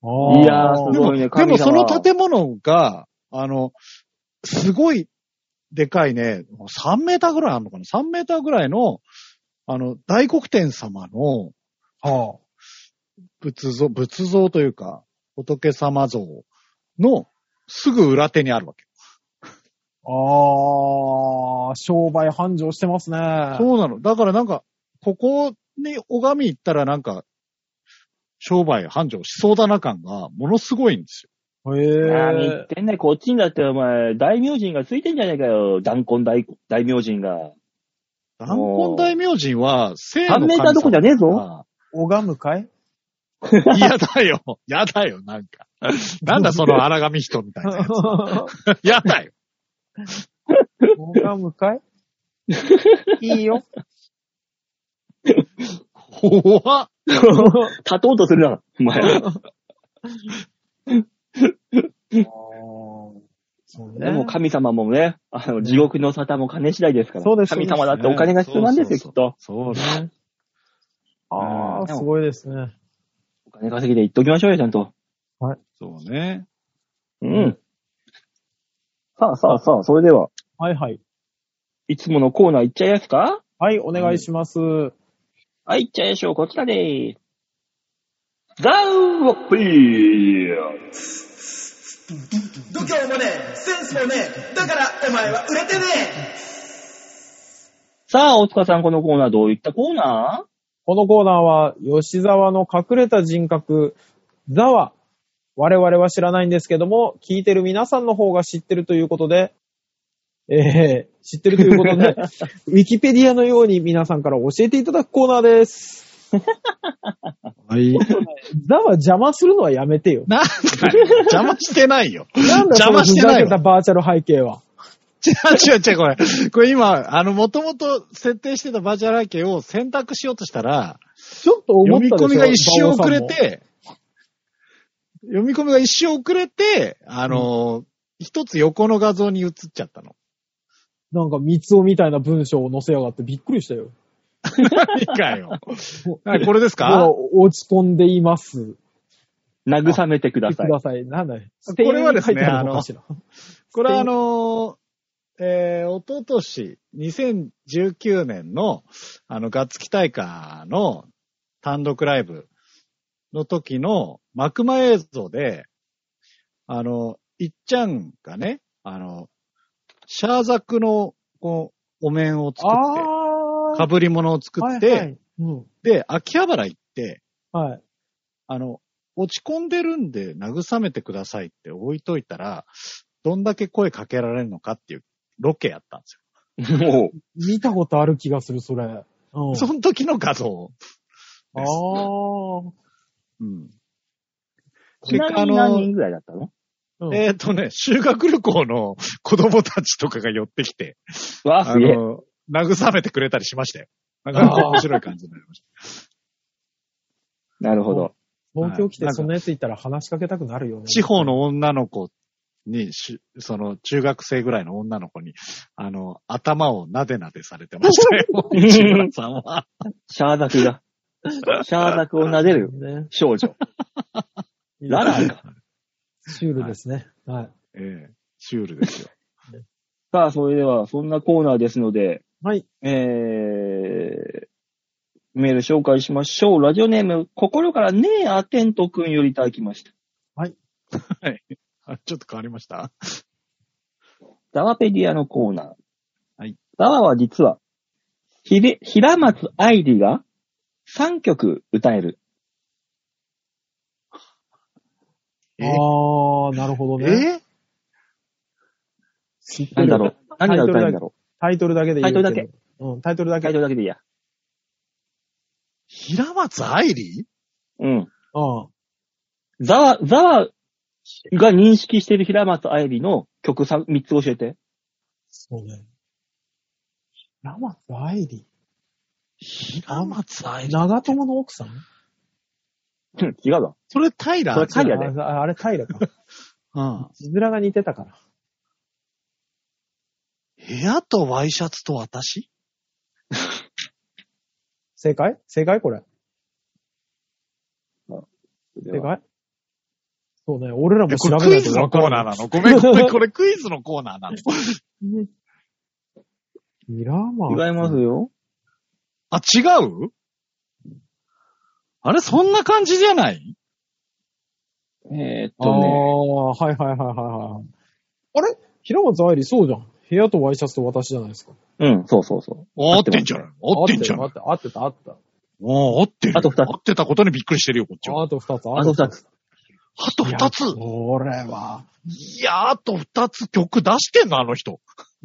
S2: いやーすごい
S4: でも、
S2: ね
S4: で
S2: 神様
S4: もその建物が、あの、すごいでかいね、3メーターぐらいあるのかな ?3 メーターぐらいの、あの、大黒天様の
S3: は
S4: 仏像、仏像というか、仏様像のすぐ裏手にあるわけ。
S3: あ、あー、商売繁盛してますね。
S4: そうなの。だからなんか、ここに拝み行ったらなんか、商売繁盛しそうだな感がものすごいんですよ。
S3: へえ。
S2: 何言ってんねんこっちにだってお前、大名人がついてんじゃねえかよ。弾痕大、大名人が。
S4: 南根大名人は、聖の
S2: 3メーターどこじ
S4: だ
S2: ゃねえぞ。
S4: ぞ。
S3: 拝むか い
S4: 嫌だよ。嫌だよ、なんか。なんだその荒神人みたい なやつ。
S3: 拝
S4: 嫌だよ。
S3: むかいいいよ。
S4: 怖っ。
S2: 立とうとするな、お前。
S3: そう
S2: で
S3: ね。
S2: も神様もね、あの、地獄の沙汰も金次第ですから。
S3: そうです
S2: 神様だってお金が必要なんですよ、き
S4: そ
S2: っと。
S4: そうだね。
S3: あ
S2: うん
S3: あ、
S2: ですも
S3: ごいですね。
S2: お金稼ぎで行っときましょうよ、ちゃんと。
S4: そうね。
S2: うん。さあさあさあ、それでは、
S3: はいはい。
S2: いつものコーナー行っちゃいますか
S3: はい、お願いします。
S2: はい、行っちゃいましょう。こちらでーす。ザウオッピー
S1: 度胸もねえ、センスもねえ、だからお前は売れてねえ。
S2: さあ、大塚さん、このコーナーどういったコーナ
S3: このコーナーは、吉沢の隠れた人格、ザワ。我々は知らないんですけども、聞いてる皆さんの方が知ってるということで、えー、知ってるということ で、ウィキペディアのように皆さんから教えていただくコーナーです。
S4: はい。
S3: ザワ邪魔するのはやめてよ。
S4: なんだよ。邪魔してないよ。
S3: なんだそ
S4: 邪
S3: の
S4: 魔
S3: ふ
S4: して
S3: ざ
S4: な
S3: け
S4: いわ
S3: たバーチャル背景は。
S4: 違う違う違う、これ。これ今、あの、もともと設定してたバーチャル背景を選択しようとしたら、
S3: ちょっと思
S4: 読
S3: ったで
S4: み
S3: しょ
S4: 込み
S3: 馬
S4: が一瞬
S3: 王さん
S4: 遅
S3: も
S4: れて、読み込みが一瞬遅れて、あのー、一つ横の画像に映っちゃっ たの。
S3: なんか、三つおみたいな文章を載せやがってびっくりしたよ。
S4: 何かよ。 はいこれです
S3: では
S4: か
S3: 落ち込んでいます。
S2: ー慰めてくだ
S3: く
S2: さい。
S3: ださい。なんだよ
S4: これはですね
S3: スペインに書いてあるのかしら
S4: これはあのー、えー、おととし、2019年の、あの、ガッツキ大会の単独ライブの時の幕前映像で、あの、いっちゃんがね、あの、シャーザクの、こう、お面を作っ
S3: あ
S4: て、被り物を作って、
S3: はいはいうん
S4: で、秋葉原行って、
S3: はい。
S4: あの、落ち込んでるんで慰めてくださいって置いといたら、どんだけ声かけられるのかっていうロケやったんですよ。
S2: も
S3: 見たことある気がする、それ。うん。
S4: その時の画像。
S3: あー
S4: うん。
S2: う、ちなみに何人ぐらいだったの
S3: うん
S4: えっ、とね、修学旅行の子供たちとかが寄ってきて、
S2: わあ、
S4: あ
S2: すげえ。
S4: の、慰めてくれたりしましたよ。なかなか面白い 感じになりまし
S2: なるほど。
S3: 東京来て
S4: はい
S3: そんなやついたら話しかけたくなるよね
S4: た。。地方の女の子に、しその中学生ぐらいの女の子に、あの、頭をなでなでされてました よ。志村さんは。
S2: シャーザクが。シャーザクを撫でる
S3: ね。
S2: 少女。ララーか。
S3: シュールですね。はい。
S4: ええシュールですよ。
S2: さあ、それでは、そんなコーナーですので、
S3: はい。
S2: えー、メール紹介しましょう。ラジオネーム、心からねえアテントくんよりいただきました。
S4: あちょっと変わりました
S2: ザワペディアのコーナー。
S4: はい。
S2: ザワは実は、ひれ、平松愛理が3曲歌える。
S4: え
S3: あー、なるほどね。
S4: え
S3: 知って
S2: なん
S3: る
S2: だろう。何が歌えるんだろ
S3: タイトルだけで言うけど
S2: タイトルだ
S3: うん、タイトルだ
S2: う。
S3: け
S2: タイ。トルだけでいいや。
S4: 平松愛理
S2: うん。
S3: うん。
S2: ザワ、ザワが認識している平松愛理の曲 3, 三つ教えて。
S3: そうね。平松愛理。
S4: 平松愛理
S3: 長友の奥さん
S2: うん違うわ。
S4: それ平
S2: それ平だよ
S3: ああれ、平か。
S4: うん。
S3: 字面が似てたから。
S4: 部屋とワイシャツと私
S3: 正解正解これ。
S2: で
S3: 正
S2: は
S3: 解そうね、俺らも
S4: えこ
S3: 調べ
S4: れ
S3: ないと
S4: クイズの
S3: わ
S4: コ
S3: か
S4: ー
S3: ら
S4: ナー
S3: ない。
S4: なのごめん、ごめん、これクイズのコーナーなの。
S3: ミラーマン。
S2: 違いますよ。
S4: あ、違うあれ、そんな感じじゃない
S2: えーっ
S3: ああ
S2: とね、
S3: ー、はいはいはいはいはい。あれ平松愛理、そうじゃん。部屋とワイシャツと私じゃないですか。
S2: うん、そうそうそう。
S4: 合ってんじゃない合ってんじゃ
S3: 合
S4: ない
S3: ってる合ってた、合ってた。
S4: おー合ってる。
S2: あと二つ
S4: 合ってたことにびっくりしてるよ、こっちは。
S3: あと二つ。
S2: あと二つ。
S4: あと二つ
S3: これは。
S4: いや、あと二つ曲出してんの、あの人。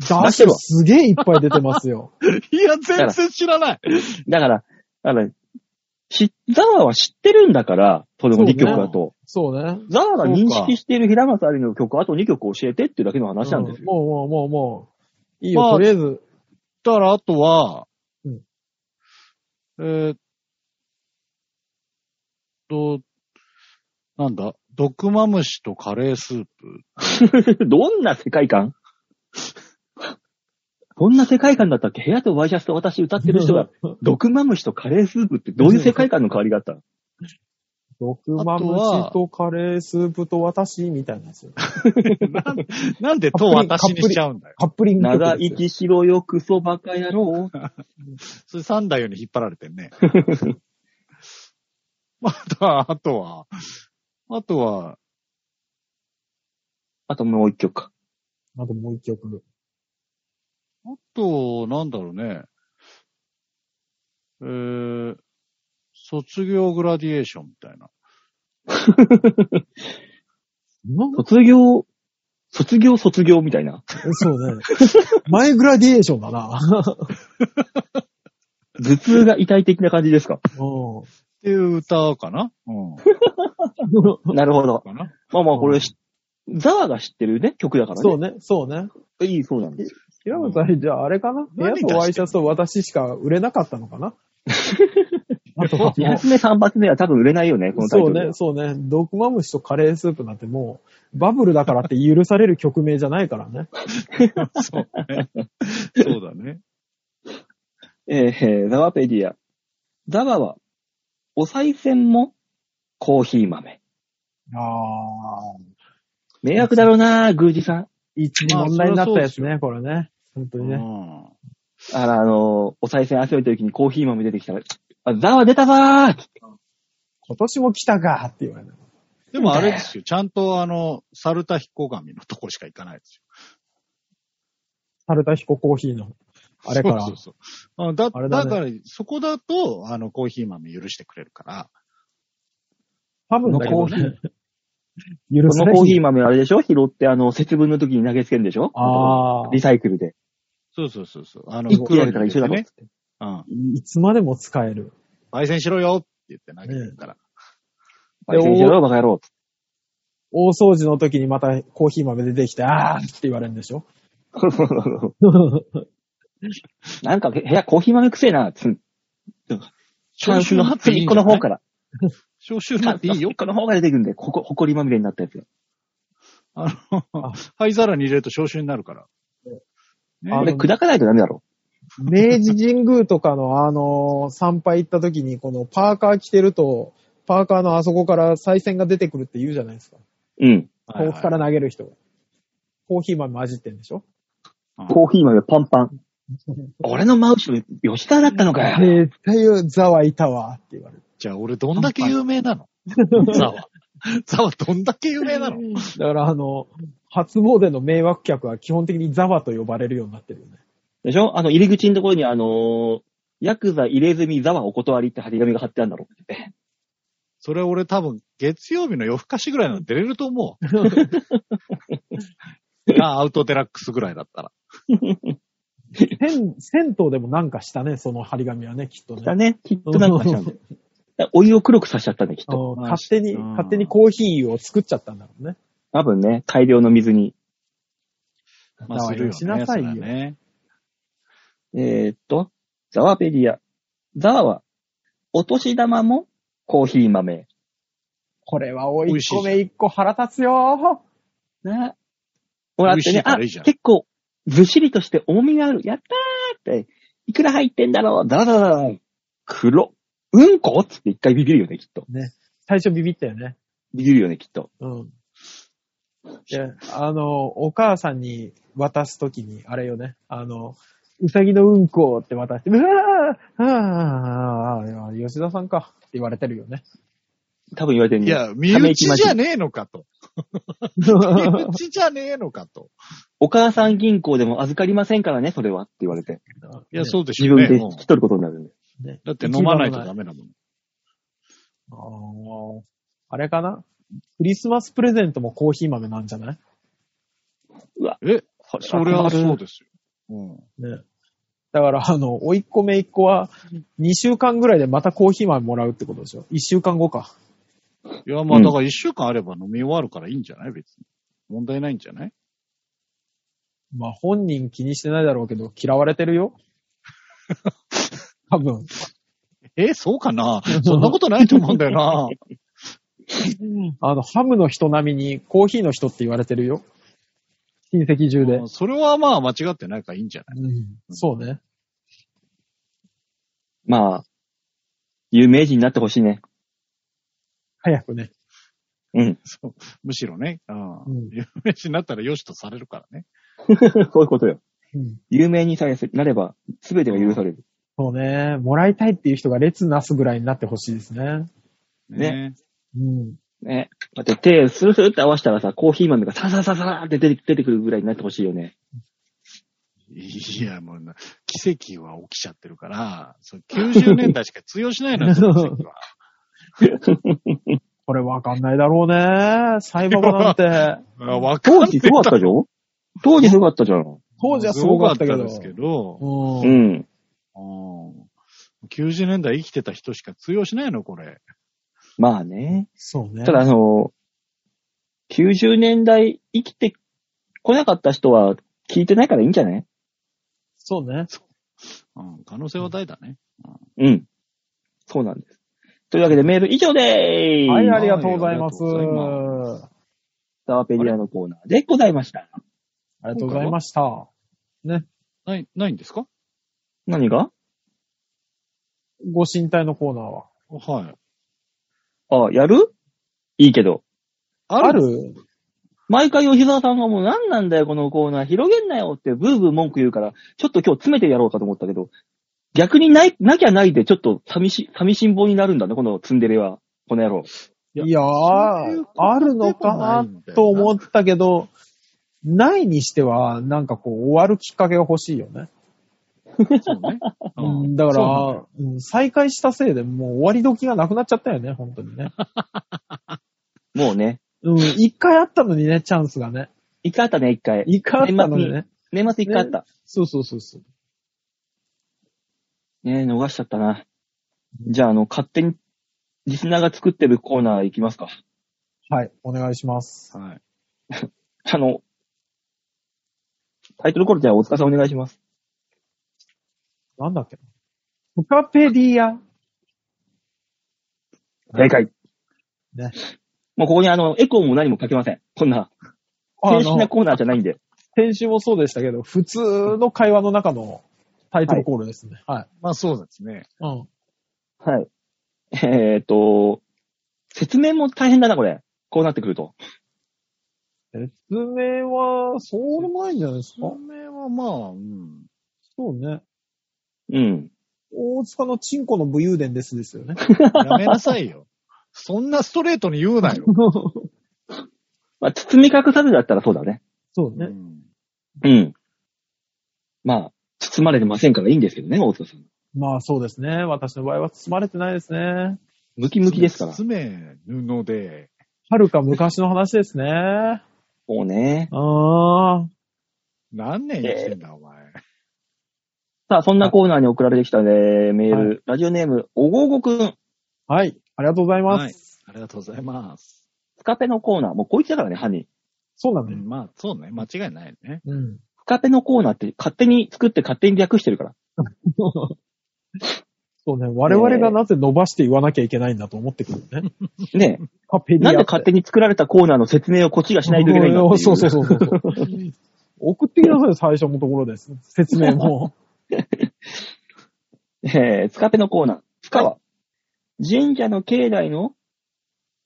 S3: ダッシュすげえいっぱい出てますよ。
S4: いや、全然知らない。
S2: だから、だから、し、ザワは知ってるんだから、その2曲だと。
S3: そうね。
S2: ザワが認識している平松ありの曲、あと2曲教えてっていうだけの話なんです
S3: う
S2: よ。
S3: もうもうもうもう。いいよ、
S4: まあ
S3: とりあえず。
S4: だから、あとは、
S3: うん
S4: えーっと、なんだ、毒マムシとカレースープ。
S2: どんな世界観どんな世界観だったっけ部屋とワイシャツと私歌ってる 人が、毒マムシとカレースープってどういう世界観の変わりがあった の
S3: 毒マムシとカレースープと私みたいなやつ。
S4: なんなんでと私にしちゃうんだよ。
S3: カップリング曲
S2: 長
S3: ですよ
S2: 生きしろよ、クソバカ野 郎。
S4: それ三代よに引っ張られてん ね。また、あとは、あとは、
S2: あともう一曲か。
S3: あともう一曲。
S4: あと、なんだろうね。えー、卒業グラディエーションみたいな。
S3: なんか
S2: 卒業、卒業卒業みたいな。
S3: そうね。マイグラディエーションだな。
S2: 頭痛が痛い的な感じです か。
S3: うん
S4: っていう歌かなうん。
S2: なるほど。
S4: かな
S2: まあまあ、これし、ザワが知ってるね、曲だからね。
S3: そうね、そうね。
S2: う。いい、そうなんです。
S3: 平本さん、じゃああれかな部屋
S4: 何出してん
S3: と
S4: の
S3: ワイシャツと私しか売れなかったのかなあとは
S2: 2
S3: もう
S2: 発目、3発目は多分売れないよね、このタイ
S3: そ
S2: ト
S3: う
S2: ル。
S3: ね、。そうね。毒マムシとカレースープなんてもう、バブルだからって許される曲名じゃないからね。
S4: そうね。そうだね。
S2: えー、ザワペディア。ザワは、お賽銭もコーヒー豆。
S3: ああ。
S2: 迷惑だろうな、宮司さん。
S3: 一時問題になったやつね、これね。本当
S4: う
S3: にね。
S4: ん。
S2: あら、あのー、お賽銭集めてる時にコーヒー豆出てきたら、あ、ザワ出たわー
S3: 今年も来たかって言われた。
S4: でもあれですよ。ちゃんとあの、サルタヒコガミのとこしか行かないですよ。
S3: サルタヒココーヒーの、あれから。
S4: そうそうそうあだ
S3: あれだね
S4: だから、そこだと、あの、コーヒー豆許してくれるから。
S3: 多分だけど
S2: この
S3: ね。許
S2: こ
S3: さ
S2: の
S3: れ
S2: コーヒー
S3: ー
S2: 豆あれでしょ拾って、あの、節分の時に投げつけるんでしょ
S3: ああ。
S2: リサイクルで。
S4: そうそうそうそう。あの、
S2: 一気やれたら一緒だろっ
S4: ね
S2: つ。って。
S4: うん。
S3: いつまでも使える。
S4: 焙煎しろよって言って投げてるから。
S2: 焙煎しろよ、バカ野郎。
S3: 大掃除の時にまたコーヒー豆出てきて、あーって言われるんでし ょ
S2: なんか部屋コーヒー豆くせえな、つん。チャンスの
S4: 消臭
S2: 端っこの方から。
S4: 消臭になってい いよ。
S2: この方が出てくるんで、ここ、ほこりまみれになったやつが。
S4: あの、灰皿に入れると消臭になるから。ね
S3: あ
S2: あ
S3: の
S2: れ砕かないとダメだろ。
S3: 明治神宮とかのあの、参拝行った時にこのパーカー着てると、パーカーのあそこから再銭が出てくるって言うじゃないですか。
S2: うん。
S4: はい
S3: 遠
S4: はい
S3: くから投げる人が。コーヒー豆混じってんでしょ
S2: コーヒー豆パンパン。俺の真後ろ、吉田だったのかよ。
S3: 絶対ザワいたわって言われる。
S4: じゃあ俺どんだけ有名 なのザワ。ザワどんだけ有名なの
S3: だからあの、初詣の迷惑客は基本的にザワと呼ばれるようになってるよ ね。
S2: でしょあの、入り口のところに、あのーヤクザ入れ墨ザワお断りって張り紙が貼ってあるんだろ。
S4: それ俺多分月曜日の夜更かしぐらいなの出れると思 う。なアウトデラックスぐらいだったら。
S3: 銭、銭湯でもなんかしたね、その張り紙はね、きっと
S2: だ
S3: ね。
S2: ね。きっとなんかしちゃうんだよ。 お湯を黒くさせちゃったね、きっ
S3: あ
S2: と。
S3: の勝手に、
S4: うん
S3: 勝手にコーヒーを作っちゃったんだろうね。
S2: 多分ね、大量の水に。
S4: まあするよね。
S3: しなさいよ
S4: そりゃね
S2: えーっと、ザワペディア。ザワは、お年玉もコーヒー豆。
S3: これはお
S4: 美
S3: い
S4: 味しい
S3: 1個目1個腹立つよ
S2: な、もらってね、
S4: 美味しいから
S2: あ、
S4: いいじゃん
S2: 結構、ずっしりとして重みがある。やったーって、いくら入ってんだろうザラザラザラ。黒、うんこっつって一回ビビるよね、きっと。
S3: 最初ビビったよね。
S2: ビビるよね、きっと。
S3: うん。いや、あの、お母さんに渡すときに、あれよね、あの、うさぎのうんこって渡して、うわーあーあーあー吉田さんかって言われてるよね。
S2: 多分言われてる
S4: い
S2: ね。
S4: や、身内じゃねえのかと。身内じゃねえの かと。
S2: お母さん銀行でも預かりませんからね、それはって言われて。
S4: いや、そうでし
S2: 自
S4: ょうね
S2: 分。で
S4: も
S2: 引き取ることになるんで。
S3: う。ね
S4: うだって飲まないとダメだもん。
S3: あーあれかなクリスマスプレゼントもコーヒー豆なんじゃない
S4: え、それはそうですよ。
S3: ね。だから、あの、甥いっ子めいっ子は、2週間ぐらいでまたコーヒー豆もらうってことでしょ ?1 週間後か。
S4: うん。いや、まあだから一週間あれば飲み終わるからいいんじゃない別に。問題ないん じゃない
S3: まあ、本人気にしてないだろうけど、嫌われてるよ。多分。
S4: え、そうかなそんなことないと思うんだよな。
S3: あの、ハムの人並みにコーヒーの人って言われてるよ。親戚中で
S4: うん。それはまあ間違ってないからいいんじゃない
S3: うん、そうね。
S2: まあ、有名人になってほしいね。
S3: 早くね。
S2: うん。
S4: そうむしろね。うん
S3: うん
S4: 有名人になったら良しとされるからね。
S2: そういうことよ。
S3: うん、
S2: 有名にさえなれば、すべてが許される。
S3: そうね。もらいたいっていう人が列なすぐらいになってほしいですね。
S4: ね。
S3: うん。
S2: ね。だって手、スルスルって合わせたらさ、コーヒー豆がササササーって出て出てくるぐらいになってほしいよね。
S4: いや、もうな、奇跡は起きちゃってるから、そう90年代しか通用しないのよ、その 奇跡は。
S3: これわかんないだろうね。サイババなん て。
S4: あわかん
S2: 当時すごかったじゃん当時すごかったじゃん。
S3: 当時はすごかったけ
S4: す
S3: ど。
S4: ごですけど、
S2: う
S3: うん。
S2: ん。
S4: うん、90年代生きてた人しか通用しないの、これ。
S2: まあね。
S3: そうね。
S2: ただあの、90年代生きてこなかった人は聞いてないからいいんじゃない
S3: そうね。
S4: うん、可能性は大だね。
S2: うん。そうなんです。というわけでメール以上でーす。
S3: はい、ありがとうございます。
S4: ありがとうござ
S3: あ
S2: サワペディアのコーナーでございました。
S3: りがとうございました。
S4: ない、ないんですか
S2: 何が
S3: ご神体のコーナーは。
S4: はい。
S2: あ、やるいいけど。
S4: ある
S3: る
S2: 毎回吉沢さんがもう何なんだよ、このコーナー。広げんなよってブーブー文句言うから、ちょっと今日詰めてやろうかと思ったけど、逆にない、なきゃないでちょっと寂し、寂しんぼになるんだね、このツンデレは。この野郎。
S3: いやー、あるのかなと思
S4: う。
S3: ったけど、ないにしては、なんかこう、終わるきっかけが欲しいよね。
S4: そう ね。
S3: う
S4: うんん
S3: だか
S4: そうなんだ
S3: ら
S4: よ、
S3: うん再開したせいでもう終わり時がなくなっちゃったよね、本当にね。
S2: もうね。
S3: うん、一回あったのにね、チャンスがね。
S2: 一回あったね、一回。
S3: 一回あったのにね。
S2: 年末一回あった。
S3: そうそうそうそう。
S2: ね逃しちゃったな。じゃあ、あの、勝手に、リスナーが作ってるコーナー行きますか。
S3: はい、お願いします。
S4: はい。
S2: あの、タイトルコールじゃあ、大塚さんお願いします。
S3: なんだっけフカペディア。
S2: 正解。
S3: ね
S2: もうここにあの、エコーも何もかけません。こんな、
S3: あ
S2: 正式な
S3: の、
S2: コーナーじゃないんで。
S3: 先週もそうでしたけど、普通の会話の中のタイトルコールですね。はい。
S4: まあそうですね。
S3: うん。
S2: はい。えー、っと、説明も大変だな、これ。こうなってくると。
S3: 説明は、そうでもないんじゃないですか
S4: それはまあ、うん。
S3: そうね。
S2: うん。
S3: 大塚のチンコの武勇伝ですですよ ね。
S4: やめなさいよ。そんなストレートに言うなよ。
S2: まあ、包み隠さずだったらそうだね。
S3: そう
S4: う
S3: ね。
S4: ん
S2: うん。まあ、包まれてませんからいいんですけどね、大塚さん。
S3: まあそうですね。私の場合は包まれてないですね。
S2: ムキムキですから。そ
S4: 爪、布で、
S3: はるか昔の話ですね。あ
S2: うね。
S3: あ。
S4: 何年生きてんだ、お前。
S2: さあ、そんなコーナーに送られてきたね、メール。ラジオネーム、おごうごくん。
S3: はい。ありがとうございます。
S4: はい。ありがとうございます。
S2: スカペのコーナー。もうこいつだからね、犯人。
S3: そうな
S4: う
S3: のよ。
S4: ん、まあ、そうね。間違いないね。
S3: うん。
S2: スカペのコーナーって勝手に作って勝手に略してるから。
S3: そうね。我々がなぜ伸ばして言わなきゃいけ ないんだと思ってくるよね。
S2: ねえ
S3: カペディア
S2: なん
S3: って。
S2: で勝手に作られたコーナーの説明をこっちがしないといけないんだってい
S3: そうそうそうそう。送ってきなさい、最初 のところです。説明も。
S2: えー、スカペのコーナー。ス川、神社の境内の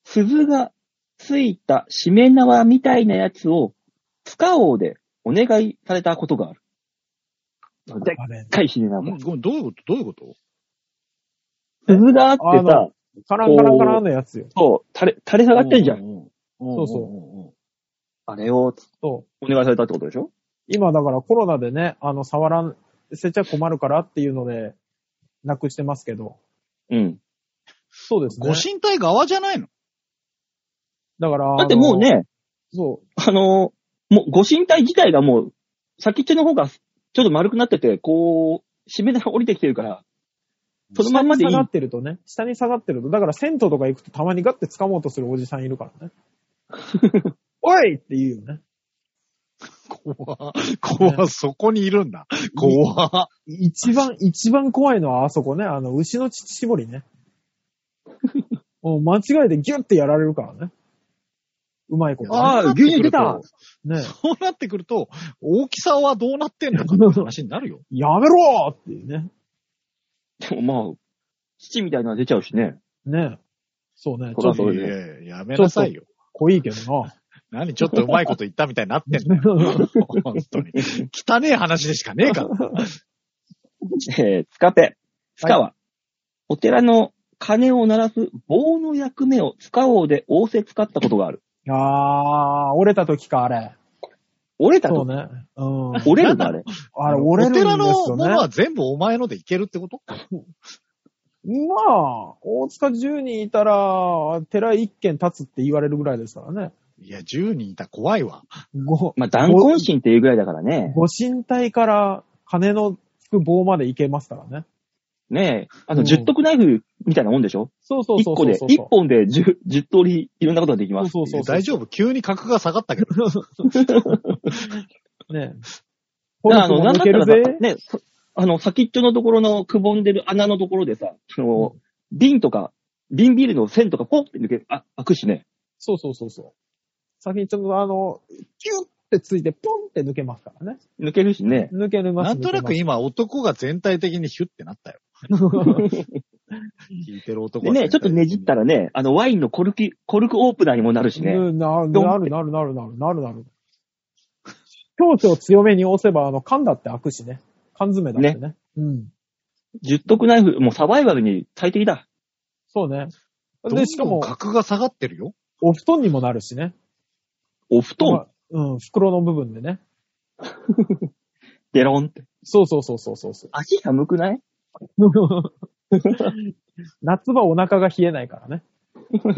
S2: 鈴がついた締め縄みたいなやつを、塚王でお願いされたことがある。でっ
S3: あれ、
S2: かい締め縄。
S4: ごめんどういうことどういうこと
S2: 鈴があって
S3: あ
S2: さ
S3: の、カランカランカランのやつよ。
S2: そう、垂れ、垂れ下がってんじゃん。
S4: ん。
S3: そ
S4: そう
S3: そ
S4: そ
S2: あれを
S3: そう。
S2: お願いされたってことでしょ
S3: 今だからコロナでね、あの、触らせちゃ困るからっていうので、なくしてますけど。
S2: うん。
S3: そうですね
S4: ご。神体側じゃないの
S3: だから、
S2: だってもう
S3: あ
S2: ね、
S3: の、そう、
S2: あのーもう、ご神体自体がもう、先っちょの方が、ちょっと丸くなってて、こう、締めが降りてきてるから、そのまんまでい
S3: 下
S2: い
S3: に下。がってるとね、下に下がってると、だから銭湯とか行くとたまにガッて掴もうとするおじさんい るからね。おいって言うよね。
S4: 怖怖そこにいるんだ。怖
S3: 一番、一番怖いのはあそこね、あの、牛の乳搾 りね。もう間違えてギュッてやられるからね。うまいこと、ね。
S4: あー牛乳出た
S3: ね
S4: そうなってくると、大きさはどうなってんのかって話になるよ。
S3: やめろーっていうね。
S2: でもまあ、父みたいなのが出ちゃうしね。
S3: ねそうね。ち
S2: そ
S3: ょ
S2: う
S3: っと
S2: そ
S4: いうや
S2: ね
S4: いややめなさいよ。
S3: 濃いけど な。
S4: 何ちょっとうまいこと言ったみたいになってんだよ。本当に。汚え話でしかねえから。
S2: えー、つかぺ。つかは、お寺の鐘を鳴らす棒の役目を使おうで仰せ使ったことがある。
S3: あー、折れた時か、あれ。
S2: 折れた
S3: そう
S2: と、
S3: ね。うん。
S2: 折れる のあれ。
S3: あれ、折れるんですよ、ね。
S4: お寺のものは全部お前のでいけるってこと
S3: まあ、大塚10人いたら、寺1軒立つって言われるぐらいですからね。
S4: いや、10人いたら怖いわ。
S3: ご、
S2: まあ、断根心っていうぐらいだからね。
S3: ご神体から金のつく棒まで行けますからね。
S2: ねえ。あ
S3: う
S2: の、
S3: ん
S2: 十徳ナイフみたいなもんでしょ
S3: そうそう
S2: 一
S3: そう
S2: 個
S3: そう
S2: で
S3: そ、う。
S2: 一本で十、十通りいろんなことができます。
S3: そうそうそう。
S4: 大丈夫急に格が下がったけど。
S3: 夫。ねえ。
S2: だからあの、
S3: ホ
S2: なんだっ
S3: ルスも抜け
S2: た
S3: る
S2: ら
S3: ぜ
S2: さ、ね、そあの、先っちょのところのくぼんでる穴のところでさ、その、瓶とか、瓶ビールの線とかポッって抜け、あ、開くしね。
S3: そうそうそうそう。先にちょっとあの、キュッってついて、ポンって抜けますからね。
S2: 抜けるしね。
S3: 抜けるます。
S4: なんとなく今男が全体的にヒュッてなったよ。聞いてる男
S2: でね、ちょっとねじった
S4: ら。
S2: らね、あの、ワインのコルキ、コルクオープナーにもなるしね。
S3: うんなる
S2: ドン
S3: なるなるなるなるなるなる。強調強めに押せば、あの、缶だって開くしね。缶詰だってね。うん。
S2: 十徳ナイフ、もうサバイバルに最適だ。
S3: そうね。
S4: どんど
S3: で、
S4: ん
S3: しかも、
S4: 格が下がってるよ。
S3: お布団にもなるしね。
S2: お布団、
S3: まあうん、袋の部分でね。
S2: デロンって。
S3: そうそうそうそうそうそう。
S2: 足寒くない
S3: 夏場お腹が冷えないからね。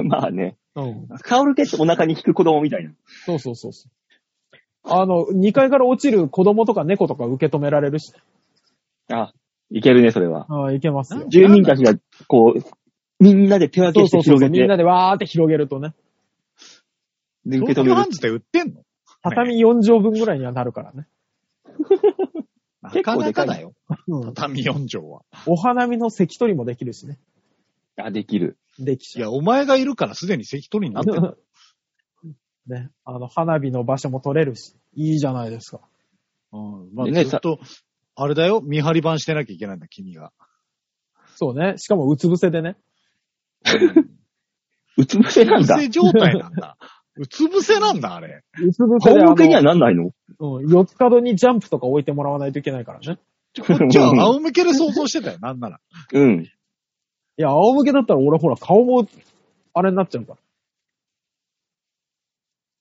S2: まあね。
S3: うん。
S2: カオルケってお腹に引く子供みたいな。
S3: そうそうそうそう。あの、2階から落ちる子供とか猫とか受け止められるし、
S2: あ、いけるね、それは。
S3: ああいけますよ。
S2: 住民たちが、こう、みんなで手分
S3: そ
S2: け
S3: う
S2: して
S3: そうそ
S2: 広
S3: うそ
S2: げ
S3: う。み
S2: て
S3: ん、なでわーって広げるとね、
S2: で
S4: 東
S2: 受け止
S4: 京
S2: め
S4: ハ
S2: る
S4: ン。ズで売ってんの
S3: 畳4畳分ぐらいにはなるからね。
S4: な
S2: 結
S4: か
S2: 構
S4: な
S2: でか
S4: か
S2: い
S4: だよ。
S3: うん、
S4: 畳4畳は。
S3: お花見の関取りもできるしね。
S2: あ、できる。
S3: でき
S4: い
S3: ちゃう。
S4: や、お前がいるからすでに関取になっ てる。
S3: ね、あの、花火の場所も取れるし、いいじゃないですか。
S4: うん。まあ、
S2: でね
S4: ずっと、あれだよ。見張り番してなきゃいけないんだ、君が。
S3: そうね。しかもうつ伏せでね。
S2: うつ伏せな
S4: うつ
S2: んだ
S4: 伏。せ状態なんだ。うつ伏せなんだ、あれ。
S3: うつ伏せで
S2: 仰
S3: あ
S2: 向けには
S3: の、
S2: なんないの
S3: うん、四つ角にジャンプとか置いてもらわないといけないからね。
S4: こっちは仰向けで想像してたよ、なんなら。
S2: うん。
S3: いや、仰向けだったら俺ほら顔も、あれになっちゃうか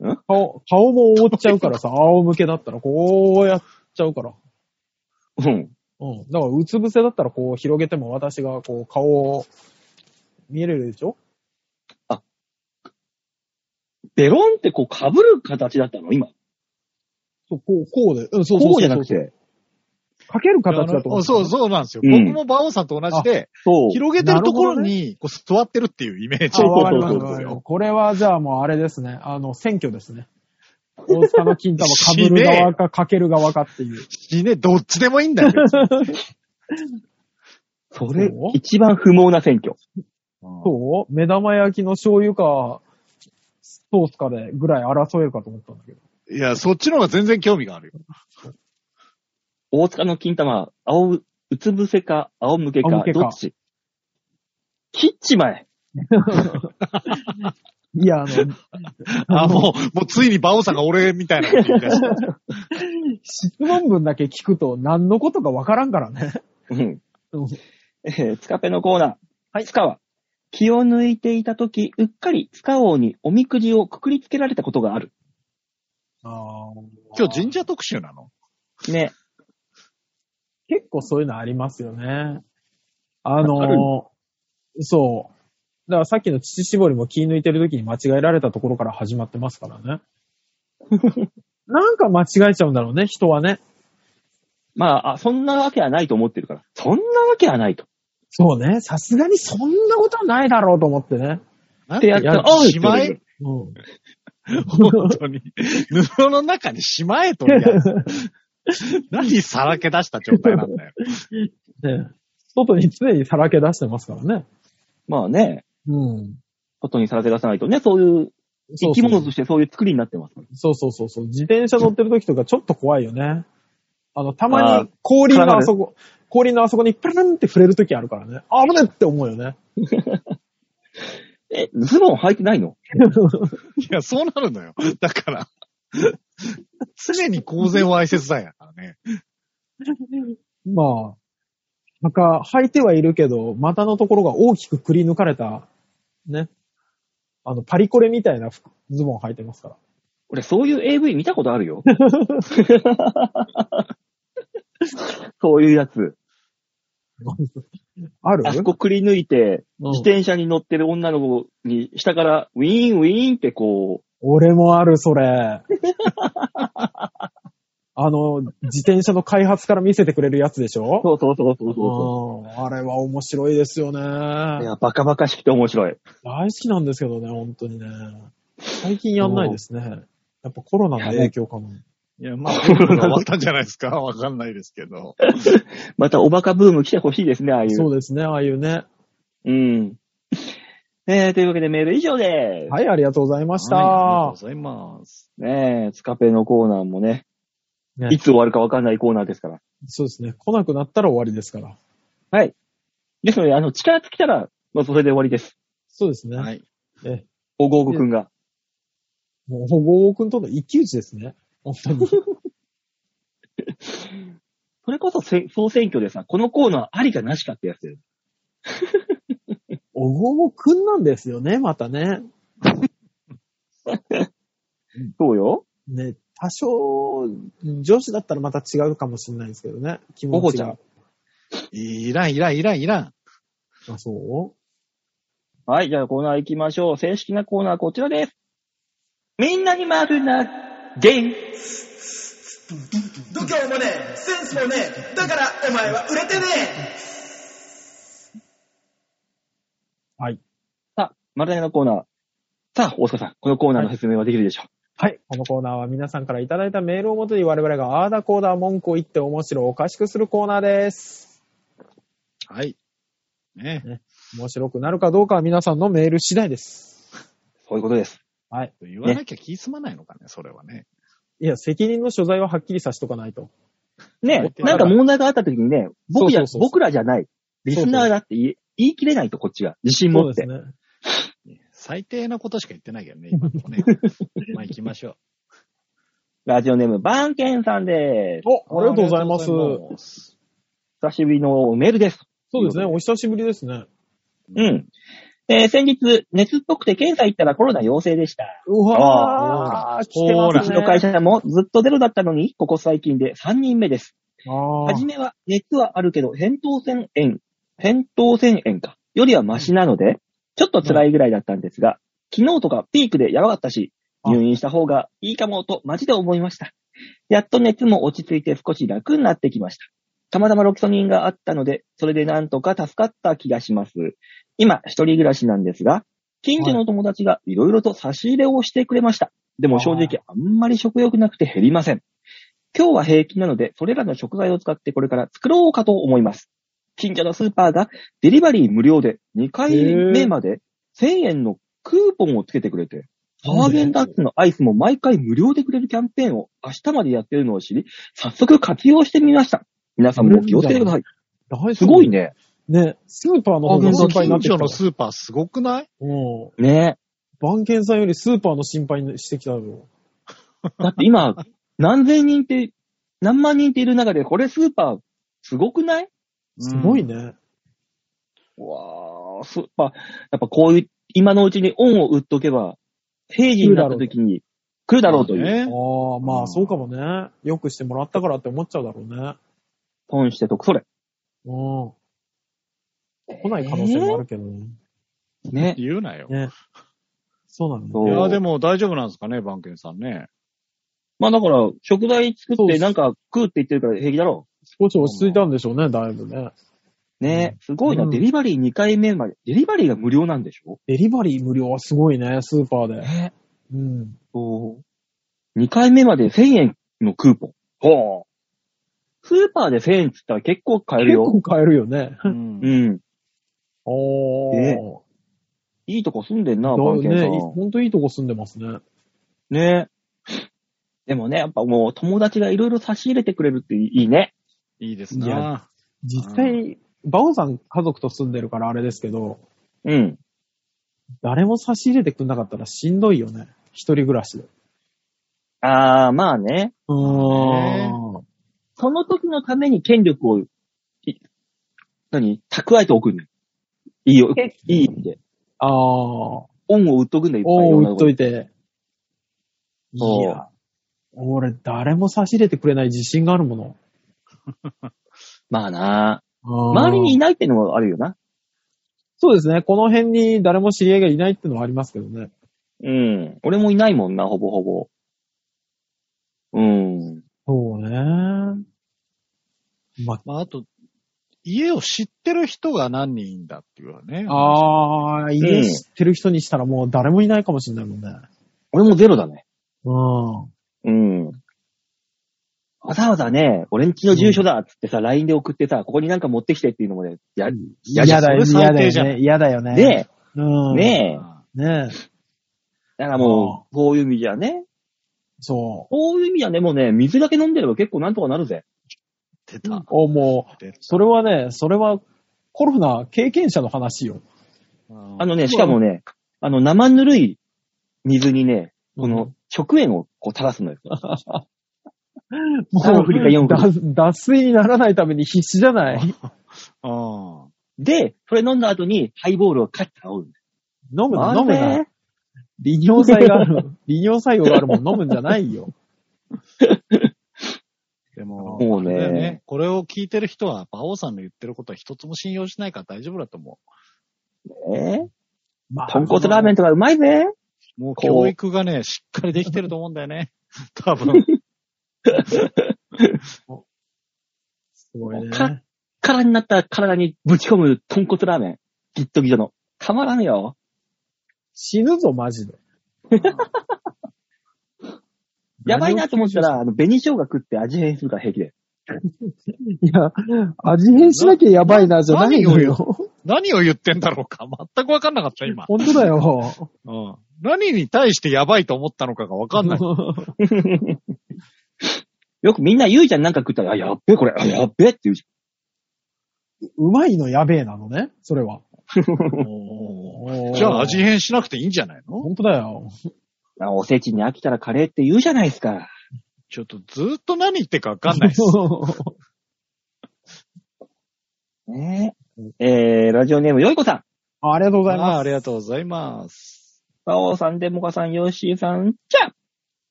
S3: ら
S2: ん。
S3: 顔、顔も覆っちゃうからさ、仰向けだったらこうやっちゃうから。
S2: うん。
S3: うん。だから、うつ伏せだったらこう広げても私がこう顔を見れるでしょ
S2: ベロンってこう被る形だったの今。
S3: そう、こう、こうで。うん、そうそうそう。
S2: こうじゃなく。て。
S3: かける形だと思
S4: あ
S3: う。
S4: のそう、そうなんですよ。
S2: うん
S4: 僕も馬王さんと同じで、
S2: そう。
S4: 広げてるところに、こう、座ってるっていうイメージ。
S3: あ、わかりま
S2: そう
S3: し
S2: そうそうそう
S3: た。これはじゃあもうあれですね。あの、選挙ですね。大塚の金太も被る側かかける側かっていう。
S4: 死ね、どっちでもいいんだよ。別に
S2: それ
S3: そう、
S2: 一番不毛な選挙。
S3: そう目玉焼きの醤油か、ソースかでぐらい争えるかと思ったんだけど。
S4: いや、そっちの方が全然興味があるよ。
S2: 大塚の金玉、青う、うつ伏せか、仰向け
S3: 仰
S2: か
S3: 向け、か
S2: どっち切っちまえ。
S3: いや、あの、
S4: あ、もう、もうついにバオさんが俺みたいなこと言い出した。
S3: 質問文だけ聞くと何のことかわからんからね。
S2: うん。
S3: うん
S2: えー、つかぺのコーナー。はい。つかは、気を抜いていたとき、うっかりつか王におみくじをくくりつけられたことがある。
S4: 今日神社特集なの
S2: ね。
S3: 結構そういうのありますよね。あの
S2: あ
S3: そう。だからさっきの乳絞りも気抜いてる時に間違えられたところから始まってますから ね。なんか間違えちゃうんだろうね、人はね。
S2: まあ、あ、そんなわけはないと思ってるから。そんなわけはないと。
S3: そうね。さすがにそんなことはないだろうと思ってね。
S2: ってやった
S3: いや
S2: ら、おい
S4: しまえ
S2: って
S3: うん。
S4: 本当に。布の中にしまえとりあえず。何さらけ出した状態なんだよ。
S3: ね外に常にさらけ出してますからね。
S2: まあね、
S3: うん。
S2: 外にさらけ出さないとね、そういう、生き物としてそういう作りになってます。
S3: そうそうそうそう。自転車乗ってる時とかちょっと怖いよね。あの、た
S2: あ
S3: ま
S2: ー
S3: に氷のあそこ、氷のあそこにプルンって触れる時あるからね。あ、危ねえって思うよね。
S2: え、ズボン履いてないの
S4: いや、そうなるのよ。だから。常に公然わいせつ罪だからね。
S3: まあ、なんか履いてはいるけど、股のところが大きくくり抜かれた、ね。あの、パリコレみたいな服ズボン履いてますから。
S2: 俺、そういう AV 見たことあるよ。 そういうやつ。
S3: ある
S2: あそこくり抜いて、
S3: うん
S2: 自転車に乗ってる女の子に、下から、ウィーン、ウィーンってこ
S3: 俺もある、それ。 あの、自転車の開発から見せてくれるやつでし
S2: う、
S3: ょ
S2: そうそうそうそうそ
S3: うんあれは面白いですよね。
S2: う。いや、バカバカしくて面白い。
S3: 大好きなんですけどね、本当にね。最近やんないですね。やっぱコロナの影響かも。
S4: いや、まあ、 終わったんじゃないですか。わかんないですけど。
S2: また、おバカブーム来てほしいですね、ああいう。
S3: そうですね、ああいうね。
S2: うん。えー、というわけでメール以上です。
S3: はい、ありがとうございました。
S4: はいありがとうございます。
S2: ねえ、スカペのコーナーもね、
S3: ね
S2: いつ終わるかわかんないコーナーですから。
S3: そうですね、来なくなったら終わりですから。
S2: ですので、あの、力尽きたら、まあ、それで終わりです。
S3: そうですね。
S4: はい。
S3: え
S2: おごうごくんが。
S3: もう、保護君との一騎打ちですね。本当 に。
S2: それこそせ、総選挙でさ、このコーナーありかなしかってやつで。
S3: おごくんなんですよね、またね。
S2: そうよ。
S3: ね、多少、女子だったらまた違うかもしれないですけどね。気持
S2: おご
S3: ち
S2: ちゃ
S3: が
S2: ん。
S4: いらん、いらん、いらん、いらん。
S3: あ、そう
S2: はい、じゃあコーナー行きましょう。正式なコーナーはこちらです。みんなに丸な、ゲイ
S1: 度胸もねえセンスもねえだからお前は売れてね
S3: はい。
S2: さあ、丸投げのコーナー。さあ、大塚さん、このコーナーの説明はできるでしょ
S3: はい。このコーナーは皆さんからいただいたメールをもとに我々があーだこーだ文句を言って面白おかしくするコーナーです。
S4: はい。ね。
S3: 面白くなるかどうかは皆さんのメール次第です。
S2: う。そういうことです。
S3: はい。
S4: 言わなきゃ気済まないのかね、それはね。
S3: いや、責任の所在ははっきりさしとかないと。
S2: ね、なんか問題があった時にね、僕じゃ
S3: そうそうそうそう
S2: 僕らじゃない、リスナーだって言い言い切れないと、こっちが。自信
S3: そ
S2: 持
S3: う
S2: って。
S3: ですね。
S4: 最低なことしか言ってないけどね、今のと こね。まあ行きましょう。
S2: ラジオネーム、バンケンさんです。
S3: お、ありがとうございます。
S4: す。
S2: 久しぶりのメールです。
S3: そうですね。お久しぶりですね。
S2: うん。えー先日、熱っぽくて検査行ったらコロナ陽性でした。
S3: うわー、来て
S4: ほ
S3: ま
S4: ら
S2: う
S3: す
S2: ち
S3: ね。
S2: の会社もずっとゼロだったのに、ここ最近で3人目です。
S3: あ
S2: はじめは熱はあるけど、扁桃腺炎、扁桃腺炎か、よりはマシなので、ちょっと辛いぐらいだったんですが、昨日とかピークでやばかったし、
S3: あ
S2: 入院した方がいいかもとマジで思いました。やっと熱も落ち着いて少し楽になってきました。たまたまロキソニンがあったので、それでなんとか助かった気がします。今、一人暮らしなんですが、近所の友達がいろいろと差し入れをしてくれました。でも正直あんまり食欲なくて減りません。今日は平気なので、それらの食材を使ってこれから作ろうかと思います。近所のスーパーがデリバリー無料で2回目まで1000円のクーポンをつけてくれて、ハーゲンダッツのアイスも毎回無料でくれるキャンペーンを明日までやってるのを知り、早速活用してみました。皆さんもお気をつけてください。
S3: 大丈夫
S2: すごいね。
S3: ね、スーパーの方
S4: あ
S3: が
S4: の
S3: 心配になっ
S4: 近
S3: てき
S4: 所
S3: た
S4: の。スーパーすごくない
S3: うん。
S2: ね
S3: 番犬さんよりスーパーの心配してきたよ。
S2: だって今、何千人って、何万人っている中で、これスーパー、すごくない
S3: すごい
S4: ね。
S3: ね。
S2: うわー、スーパー、やっぱこういう、今のうちにオンを売っとけば、平時になった時に来るだろうという、
S4: ね
S3: ああ、ま
S4: う
S3: あ
S4: ん
S3: そうかもね。よくしてもらったからって思っちゃうだろうね。
S2: ポンしてとく、それ。
S3: うん。来ない可能性もあるけどね。
S2: ね。
S4: 言うなよ。
S3: ね。そうなんだ
S2: そ
S3: よ。
S2: う
S4: いや、でも大丈夫なんですかね、番犬さ んね。
S2: まあだから、食材作
S3: そ
S2: っ
S3: う
S2: て
S3: そう
S2: なんか食うって言ってるから平気だろ
S3: 少し落ち着いたんでしょうね、だいぶね。
S2: う。ね。すごいうな。
S3: ん
S2: デリバリー2回目まで。デリバリーが無料なんでしょ
S3: デリバリー無料はすごいね、スーパーで。
S2: ね。
S3: うん。
S2: そう。2回目まで1000円のクーポン。ほう。スーパーで1000円っつったら結構買えるよ。
S3: 結構買えるよね。
S4: うん
S2: うん。
S3: お
S2: ね
S3: ー。
S2: いいとこ住んでんな、
S3: だ
S2: バンケンさ
S3: ね、
S2: ん
S3: い。ほんといいとこ住んでますね。
S2: ね。でもね、やっぱもう友達がいろいろ差し入れてくれるっていいね。
S4: いいです
S3: い
S4: な。
S3: 実際、バオさん家族と住んでるからあれですけど、
S2: うん。
S3: 誰も差し入れてくんなかったらしんどいよね。一人暮らしで。
S2: あー、まあね。
S3: うーん。
S2: その時のために権力を、い何蓄えておくんだよ。いいよ。いい意味で。
S3: ああ。
S2: 恩を売っとくんだよ、いっぱい。
S3: お
S2: いろんな
S3: う、売っ
S2: ことと
S3: いて。い
S2: そう
S3: や、俺、誰も差し入れてくれない自信があるもの。
S2: まあな。
S3: うん
S2: 周りにいないってのもあるよな。
S3: そうですね。この辺に誰も知り合いがいないってのはありますけどね。
S2: うん。俺もいないもんな、ほぼほぼ。うん。
S3: そうね。ま
S4: まあ、あと、家を知ってる人が何人いんだっていうのはね。
S3: ああ、
S2: うん
S3: 家知ってる人にしたらもう誰もいないかもしれないもんね。
S2: 俺もゼロだね。
S3: うん。
S2: うん。わざわざね、俺んちの住所だっつってさ、LINE で送ってさ、ここになんか持ってきてっていうのもね、やる。
S3: 嫌だよ、
S4: それ
S3: 嫌
S4: 最
S3: だ
S4: 低じゃ
S3: よ
S4: ん
S3: ね。嫌だよね。
S2: ね
S3: うん。
S2: ねえ。
S3: ねえ。
S2: だからもう、こういう意味じゃね、
S3: そ
S2: こういう意味じゃね、もうね、水だけ飲んでれば結構なんとかなるぜ。
S4: 出
S3: う
S4: た。。
S3: お、もう、
S4: 出た
S3: それはね、それは、コロナ経験者の話よ。
S2: あ
S4: あ
S2: のね、しかもね、あの、生ぬるい水にね、こ
S3: う
S2: の、食塩をこう垂らすのよ。
S3: も
S2: 3振りか4振
S3: う、脱脱水にならないために必死じゃない。
S4: うん。
S2: で、それ飲んだ後にハイボールをカッと飲む。
S3: 飲む
S2: あ
S3: な、
S2: れ
S3: 飲むな。利尿剤があ る。利尿作用があるもん飲むんじゃないよ。
S4: でも、
S2: もう
S4: あ
S2: ね
S4: れだよね。これを聞いてる人は、馬王さんの言ってることは一つも信用しないから大丈夫だと思
S2: え
S3: ま
S2: 豚骨ラーメン
S3: ン。
S2: とかうまいぜ。
S4: う。もう
S2: こう
S4: 教育がね、しっかりできてると思うんだよね。多分。
S3: すごいね。
S2: か空になった体にぶち込む豚骨ラーメン。ギットギトの。たまらんよ。
S3: 死ぬぞ、マジ で。
S2: やばいなと思ったら、あの、紅生姜食って味変するから平気で。
S3: いや、味変しなきゃやばいな、じゃないの
S4: 何を
S3: よ。
S4: 何を言ってんだろうか。全くわかんなかっ た、今。
S3: 本当だよ。
S4: うん。何に対してやばいと思ったのかが わかんない。
S2: よくみんな言うじゃん、なんか食ったら、あ、やっべえこれ、あ、やっべえって言うじ
S3: うまいのやべえなのね、それは。
S4: じゃあ味変しなくていいんじゃないの
S3: 本当だよ。
S2: ゃん。あおせちに飽きたらカレーって言うじゃないですか。
S4: ちょっとずーっと何言ってるかわかんな いです。
S2: ねえ。えー、ラジオネーム、よいこさん。
S3: ありがとうござい
S4: あー
S3: ま
S4: ありがとうございます。
S2: バオさん、デモカさん、ヨッシーさん、じゃあ
S3: す。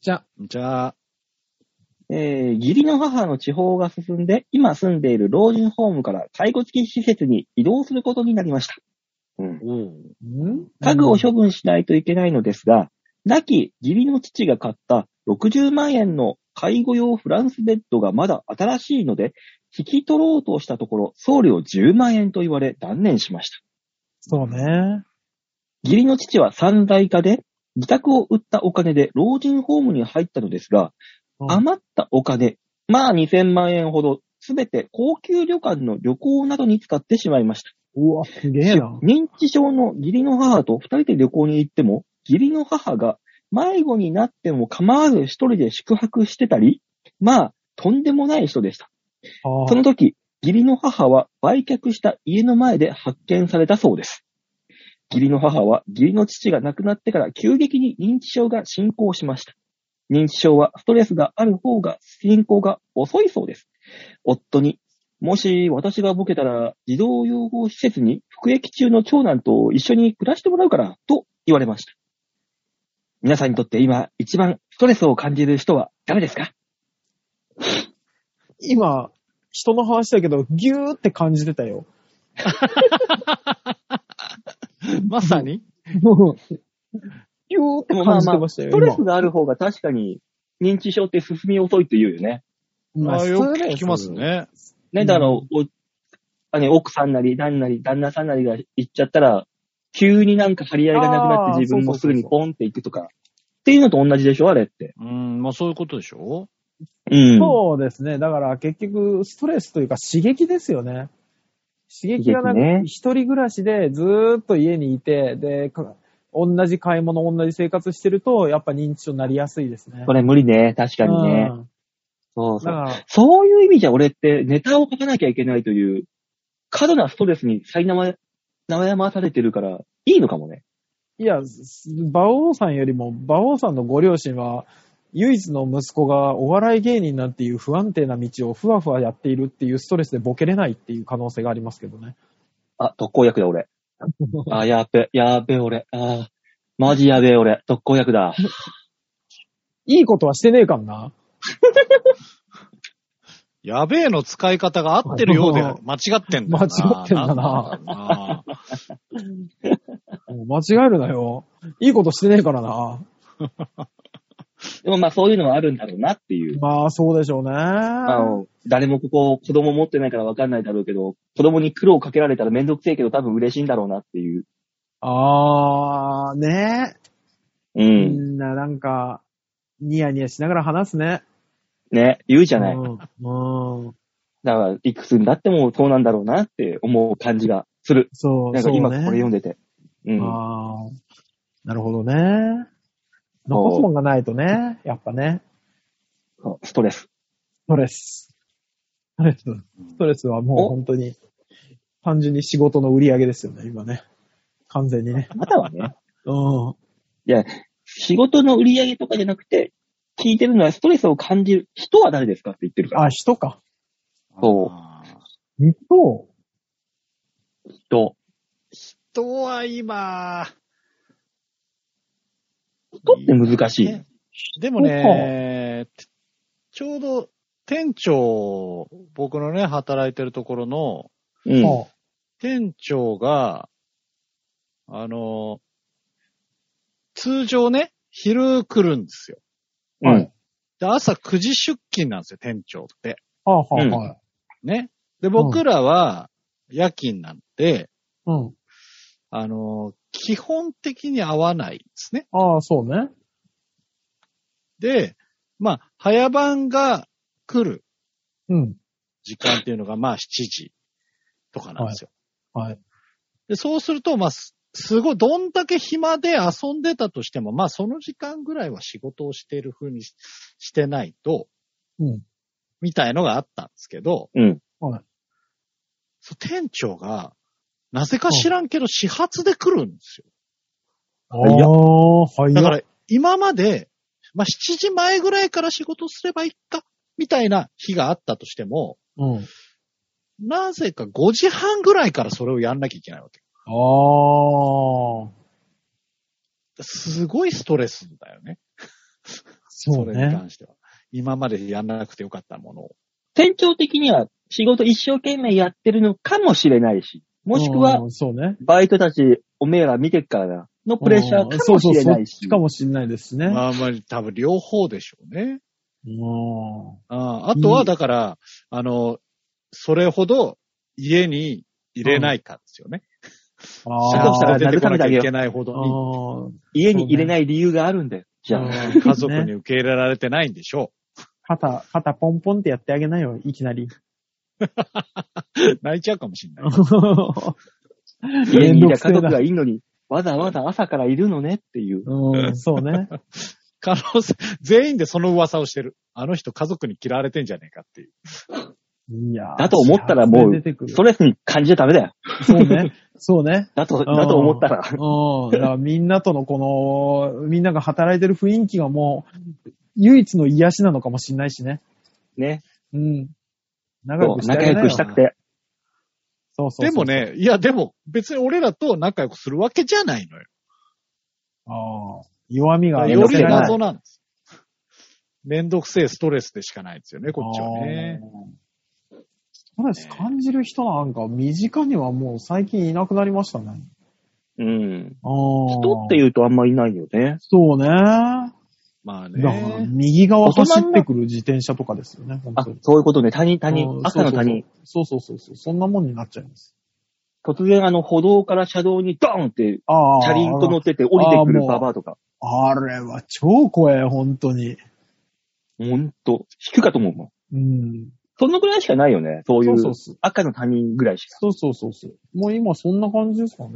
S3: じゃあ、
S4: じゃあ、
S2: えー、義理の母の地方が進んで、今住んでいる老人ホームから介護付き施設に移動することになりました。うん。
S3: ん
S2: 家具を処分しないといけないのですが、亡き義理の父が買った60万円の介護用フランスベッドがまだ新しいので、引き取ろうとしたところ、送料10万円と言われ断念しました。
S3: そうね。
S2: 義理の父は三代化で、自宅を売ったお金で老人ホームに入ったのですが、
S3: うん
S2: 余ったお金、まあ2000万円ほど、すべて高級旅館の旅行などに使ってしまいました。
S3: うわ、すげえな。
S2: 認知症の義理の母と二人で旅行に行っても、義理の母が迷子になっても構わず一人で宿泊してたり、まあ、とんでもない人でした。
S3: あー
S2: その時、義理の母は売却した家の前で発見されたそうです。義理の母は義理の父が亡くなってから急激に認知症が進行しました。認知症はストレスがある方が進行が遅いそうです。夫に、もし私がボケたら児童養護施設に服役中の長男と一緒に暮らしてもらうからと言われました。皆さんにとって今一番ストレスを感じる人は誰ですか
S3: 今、人の話だけど、ギューって感じてた よ。
S4: まさに
S3: ギューって感じてました
S2: ス
S3: よ。
S2: トレス
S3: 今
S2: がある方が確かに認知症って進み遅いって言うよね。
S3: ま
S4: あ
S3: あ
S4: よく
S3: ストレス
S4: 聞きますね。
S2: ね、だから、おあの奥さんなり、何なり、旦那さんなりが行っちゃったら、急になんか張り合いがなくなっ
S3: あー
S2: て自分も
S3: そう
S2: す
S3: そうそうそう
S2: ぐにポンって行くとか、っていうのと同じでしょ、あれって。
S4: うん、まあそういうことでしょ
S2: うん。
S3: そうですね。だから結局、ストレスというか刺激ですよね。刺激がな
S2: 刺激ね
S3: く、一人暮らしでずーっと家にいて、で、か同じ買い物、同じ生活してると、やっぱ認知症になりやすいですね。
S2: これ無理ね、確かにね
S3: う。ん
S2: そう
S3: だか
S2: そう。
S3: ら、
S2: そういう意味じゃ俺ってネタを書かなきゃいけないという、過度なストレスに苛ま、悩まされてるから、いいのかもね。
S3: いや、す馬王さんよりも、馬王さんのご両親は、唯一の息子がお笑い芸人なんていう不安定な道をふわふわやっているっていうストレスでボケれないっていう可能性がありますけどね。
S2: あ、特効薬だ、 俺。あ、やっべ、やっべ、俺。あーマジやべえ、俺。特効薬 だ。
S3: いいことはしてねえかんな。
S4: やべえの使い方が合ってるようで、間違ってんだよな。
S3: 間違ってんだなん
S4: だろうな。
S3: 間違えるなよ。いいことしてねえからな。
S2: でもまあそういうのはあるんだろうなっていう。
S3: まあ、そうでしょうね。
S2: あの、誰もここ子供持ってないからわかんないだろうけど、子供に苦労かけられたらめんどくせえけど多分嬉しいんだろうなっていう。
S3: あー、ね
S2: う
S3: え。み
S2: ん。
S3: んななんか、ニヤニヤしながら話すね。
S2: ね、言うじゃない。
S3: うん。うん
S2: だから、いくつになってもそうなんだろうなって思う感じがする。
S3: そう、
S2: なんか今これ
S3: そうね
S2: 読んでて。うん。
S3: ああ、なるほどね。残すもんがないとね、やっぱね、
S2: そうストレス。
S3: ストレス。ストレス、ストレスはもう
S2: お
S3: 本当に、単純に仕事の売り上げですよね、今ね。完全にね。
S2: またはね、
S3: うん。
S2: 仕事の売り上げとかじゃなくて、聞いてるのはストレスを感じる人は誰ですかって言ってるから。
S3: あ、人か。
S2: そう
S4: あー
S3: 人
S2: 人。
S4: 人は今、
S2: 人って難しい。
S4: ねでもね、ちょうど店長、僕のね、働いてるところの
S2: うん。
S3: も
S4: 店長が、あの、通常ね、昼来るんですよ。
S2: うん。うん
S4: で、朝9時出勤なんですよ、店長って。
S3: う、はあ、はあ、
S2: うん
S3: はい。
S4: ね。で、僕らは夜勤なんで、
S3: うん。
S4: あの、基本的に合わないですね。
S3: ああ、そうね。
S4: で、まあ、早番が来る
S3: うん。
S4: 時間っていうのが、まあ、7時とかなんですよ。
S3: はい。
S4: で、そうすると、まあ、すすごい、どんだけ暇で遊んでたとしても、まあ、その時間ぐらいは仕事をしている風にししてないと、
S3: うん。
S4: みたいのがあったんですけど、
S2: うん
S3: はい
S4: そう店長が、なぜか知らんけど、始発で来るんですよ。
S3: ああ、はい。
S4: だから、今まで、まあ、7時前ぐらいから仕事すればいいか、みたいな日があったとしても、
S3: うん。
S4: なぜか5時半ぐらいからそれをやんなきゃいけないわけ。
S3: ああ、
S4: すごいストレスだよね。
S3: そう
S4: れに
S3: ね。
S4: 関しては。今までやんなくてよかったものを。
S2: 店長的には仕事一生懸命やってるのかもしれないし、もしくは
S3: うん、そうね。
S2: バイトたち、おめえら見てっからな、のプレッシャーかもしれないし。
S3: うんそうそうそっちかもしれないですね。
S4: まあまあ、多分両方でしょうね。
S3: うん
S4: ああと
S3: う
S4: は、
S3: ん
S4: だから、あの、それほど家に入れないかですよね。
S3: あ
S4: 仕
S2: ー
S4: 事から出てこなきゃい
S2: あー
S4: けないほど
S3: あー
S2: 家に入れない理由があるんだよ。じゃあ、
S4: に、家族に受け入れられてないんでしょ
S3: 肩、肩ポンポンってやってあげなよ、いき なり。
S4: う。泣いちゃうかもしれない。
S2: 家にい
S3: めんどく
S2: た
S3: せえ
S2: 家
S3: な
S2: 族がいいのに、わざわざ朝からいるのねっていう。
S3: うん、そう ね。
S4: 可能性、全員でその噂をしてる。あの人家族に嫌われてんじゃねえかっていう。
S3: いやー
S2: だと思ったらもう
S3: 幸せ出てくる
S2: ストレスに感じちゃダメだよ。
S3: そうね。そうね。
S2: だと、だと思った ら。
S3: うん。だからみんなとのこの、みんなが働いてる雰囲気がもう、唯一の癒しなのかもしれないしね。
S2: ね。
S3: うん。仲良
S2: そう
S3: くしてあ
S2: 仲
S3: げな
S2: 良
S3: よ
S2: くしたくて。
S3: そうそうそう
S4: でも。ね、いやでも、別に俺らと仲良くするわけじゃないのよ。
S3: ああ。弱みが
S4: よ
S2: 寄
S4: り
S2: せない
S4: 謎なんです。めんどくせえストレスでしかないですよね、こっちはね。
S3: あー。ストレス感じる人なんか、身近にはもう最近いなくなりましたね。
S2: うん。
S3: ああ。
S2: 人っていうとあんまいないよね。
S3: そうね。だか
S4: まあ
S3: ら
S4: ね。
S3: 右側走ってくる自転車とかですよね、本
S2: あ
S3: 当に、
S2: そういうことね。他人、他人
S3: う、ん
S2: 赤の他人。
S3: そうそうそうそうそうそう、そんなもんになっちゃいます。
S2: 突然あの歩道から車道にドーンって、
S3: ああ。
S2: チャリンコ乗ってて降りてく
S3: あ
S2: る
S3: ー
S2: ババアとか。
S3: あれは超怖え、本当に。
S2: ほんと、引くかと思うもん。
S3: うん。
S2: そのぐらいしかないよね。そうい
S3: そう
S2: う
S3: そうそう。
S2: 赤の他人ぐらいしか。
S3: そうそうそうそう。もう今そんな感じですかね。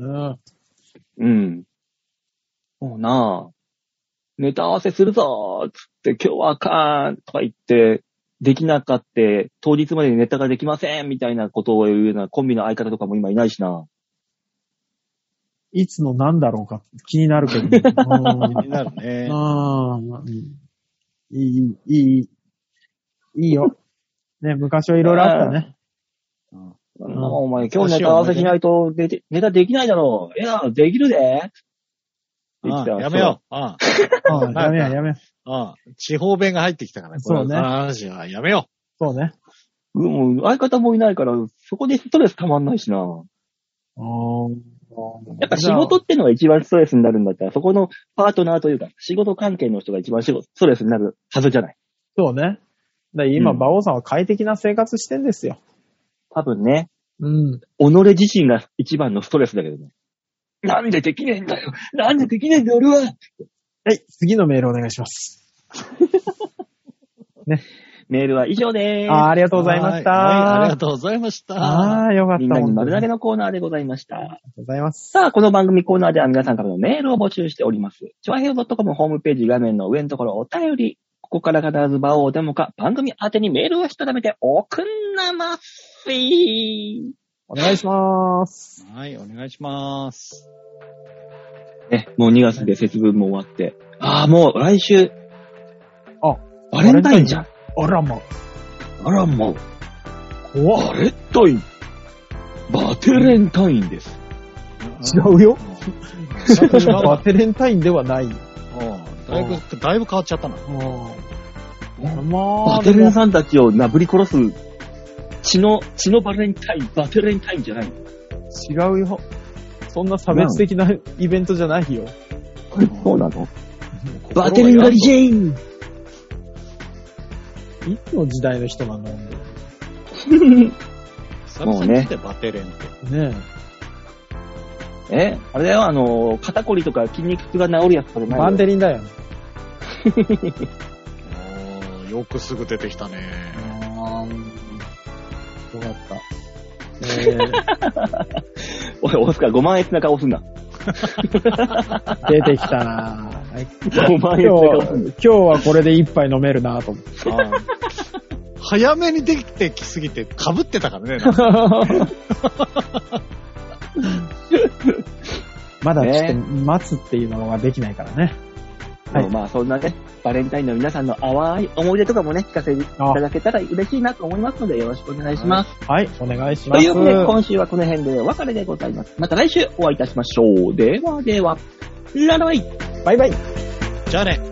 S2: うん。そうなあネタ合わせするぞーつって、今日はあかんとか言って、できなかって、当日までにネタができませんみたいなことを言うようなコンビの相方とかも今いないしな。
S3: いつのなんだろうか気になる けど。うん
S4: 気になる ね。
S3: うん。いい、いい、いいよ。ね、昔はいろいろあったね。
S2: なんだお前今日ネタ合わせしないとネタネタできないだろう。いや、できるで。できた
S4: うんやめよう。うん
S3: うん やめよう、やめよう。
S4: うん地方弁が入ってきたからね。これ
S3: そうね
S4: この話はやめよ
S3: そうね。
S2: うもう相方もいないから、そこでストレス溜まんないしな。やっぱ仕事ってのが一番ストレスになるんだったら、そこのパートナーというか、仕事関係の人が一番仕事ストレスになるはずじゃない。
S3: そうね。だから今、
S2: うん
S3: 馬王さんは快適な生活してんですよ。
S2: 多分ね、
S3: うん。
S2: 己自身が一番のストレスだけどね。なんでできねえんだよなんでできねえんだよ俺は
S3: はい、次のメールお願いします。
S2: メールは以上で
S3: あ
S2: ー
S3: ーありが
S4: う。
S3: とうございました。
S4: はいはいありがとうございました。
S3: ああ、よかっ
S2: す。みん
S3: た。
S2: なに丸投
S3: 本当にあ
S2: げ
S3: りが
S2: のコーナーでございました。
S3: とうございます。
S2: さあ、この番組コーナーでは皆さんからのメールを募集しております。ちょわへよ .com ホームページ画面の上のところお便り、ここから必ず場をデモか番組宛てにメールをしたためておくんなまっせー。
S3: お願いします。
S4: はい、お願いします。
S2: ね、もう2月で節分も終わって。ああ、もう来週。
S3: あ、
S2: バレンタインじゃん。
S3: あらま、
S2: あら、もう。
S3: 怖っ
S2: バレンタイン。バテレンタインです。
S3: 違うよ。
S4: 違う違う
S3: バテレンタインではないよ。
S4: うんだいぶ、だいぶ変わっちゃったな。
S3: うん。まあ、
S2: バテレンさんたちをなぶり殺す、血の、血のバレンタイン、バテレンタインじゃない
S3: 違うよ。そんな差別的なイベントじゃないよ。
S2: そうなのバテレンガリジェイ ン
S3: いつの時代の人なんだろうね
S4: 久々に来てバテレンって。
S2: え
S3: ね
S2: あれだよ、あの、肩こりとか筋肉痛が治るやつとか
S3: え。
S2: ない
S3: バンテリンだよ。
S4: おーよくすぐ出てきたね。
S3: あーよかった。え
S2: おい、オスカー5万円な顔すんな。
S3: ー、出てきたな ぁはい
S2: 5万円な
S3: 今
S2: 顔
S3: 日
S2: すんな。、
S3: 今日はこれで一杯飲めるなぁと思って。
S4: 早めにできてきすぎて被ってたから ね。なんか
S3: まだちょっと
S2: ね
S3: 待つっていうのができないからね。はい
S2: まあ、そんなね、バレンタインの皆さんの淡い思い出とかもね、聞かせてい
S3: あ
S2: ただけたら嬉しいなと思いますので、よろしくお願いします。
S3: はい、お願いし
S2: と
S3: ます。
S2: いうことで、今週はこの辺でお別れでございます。また来週お会いいたしましょう。ではでは、ララバイ
S3: バイバイ。
S4: じゃあね。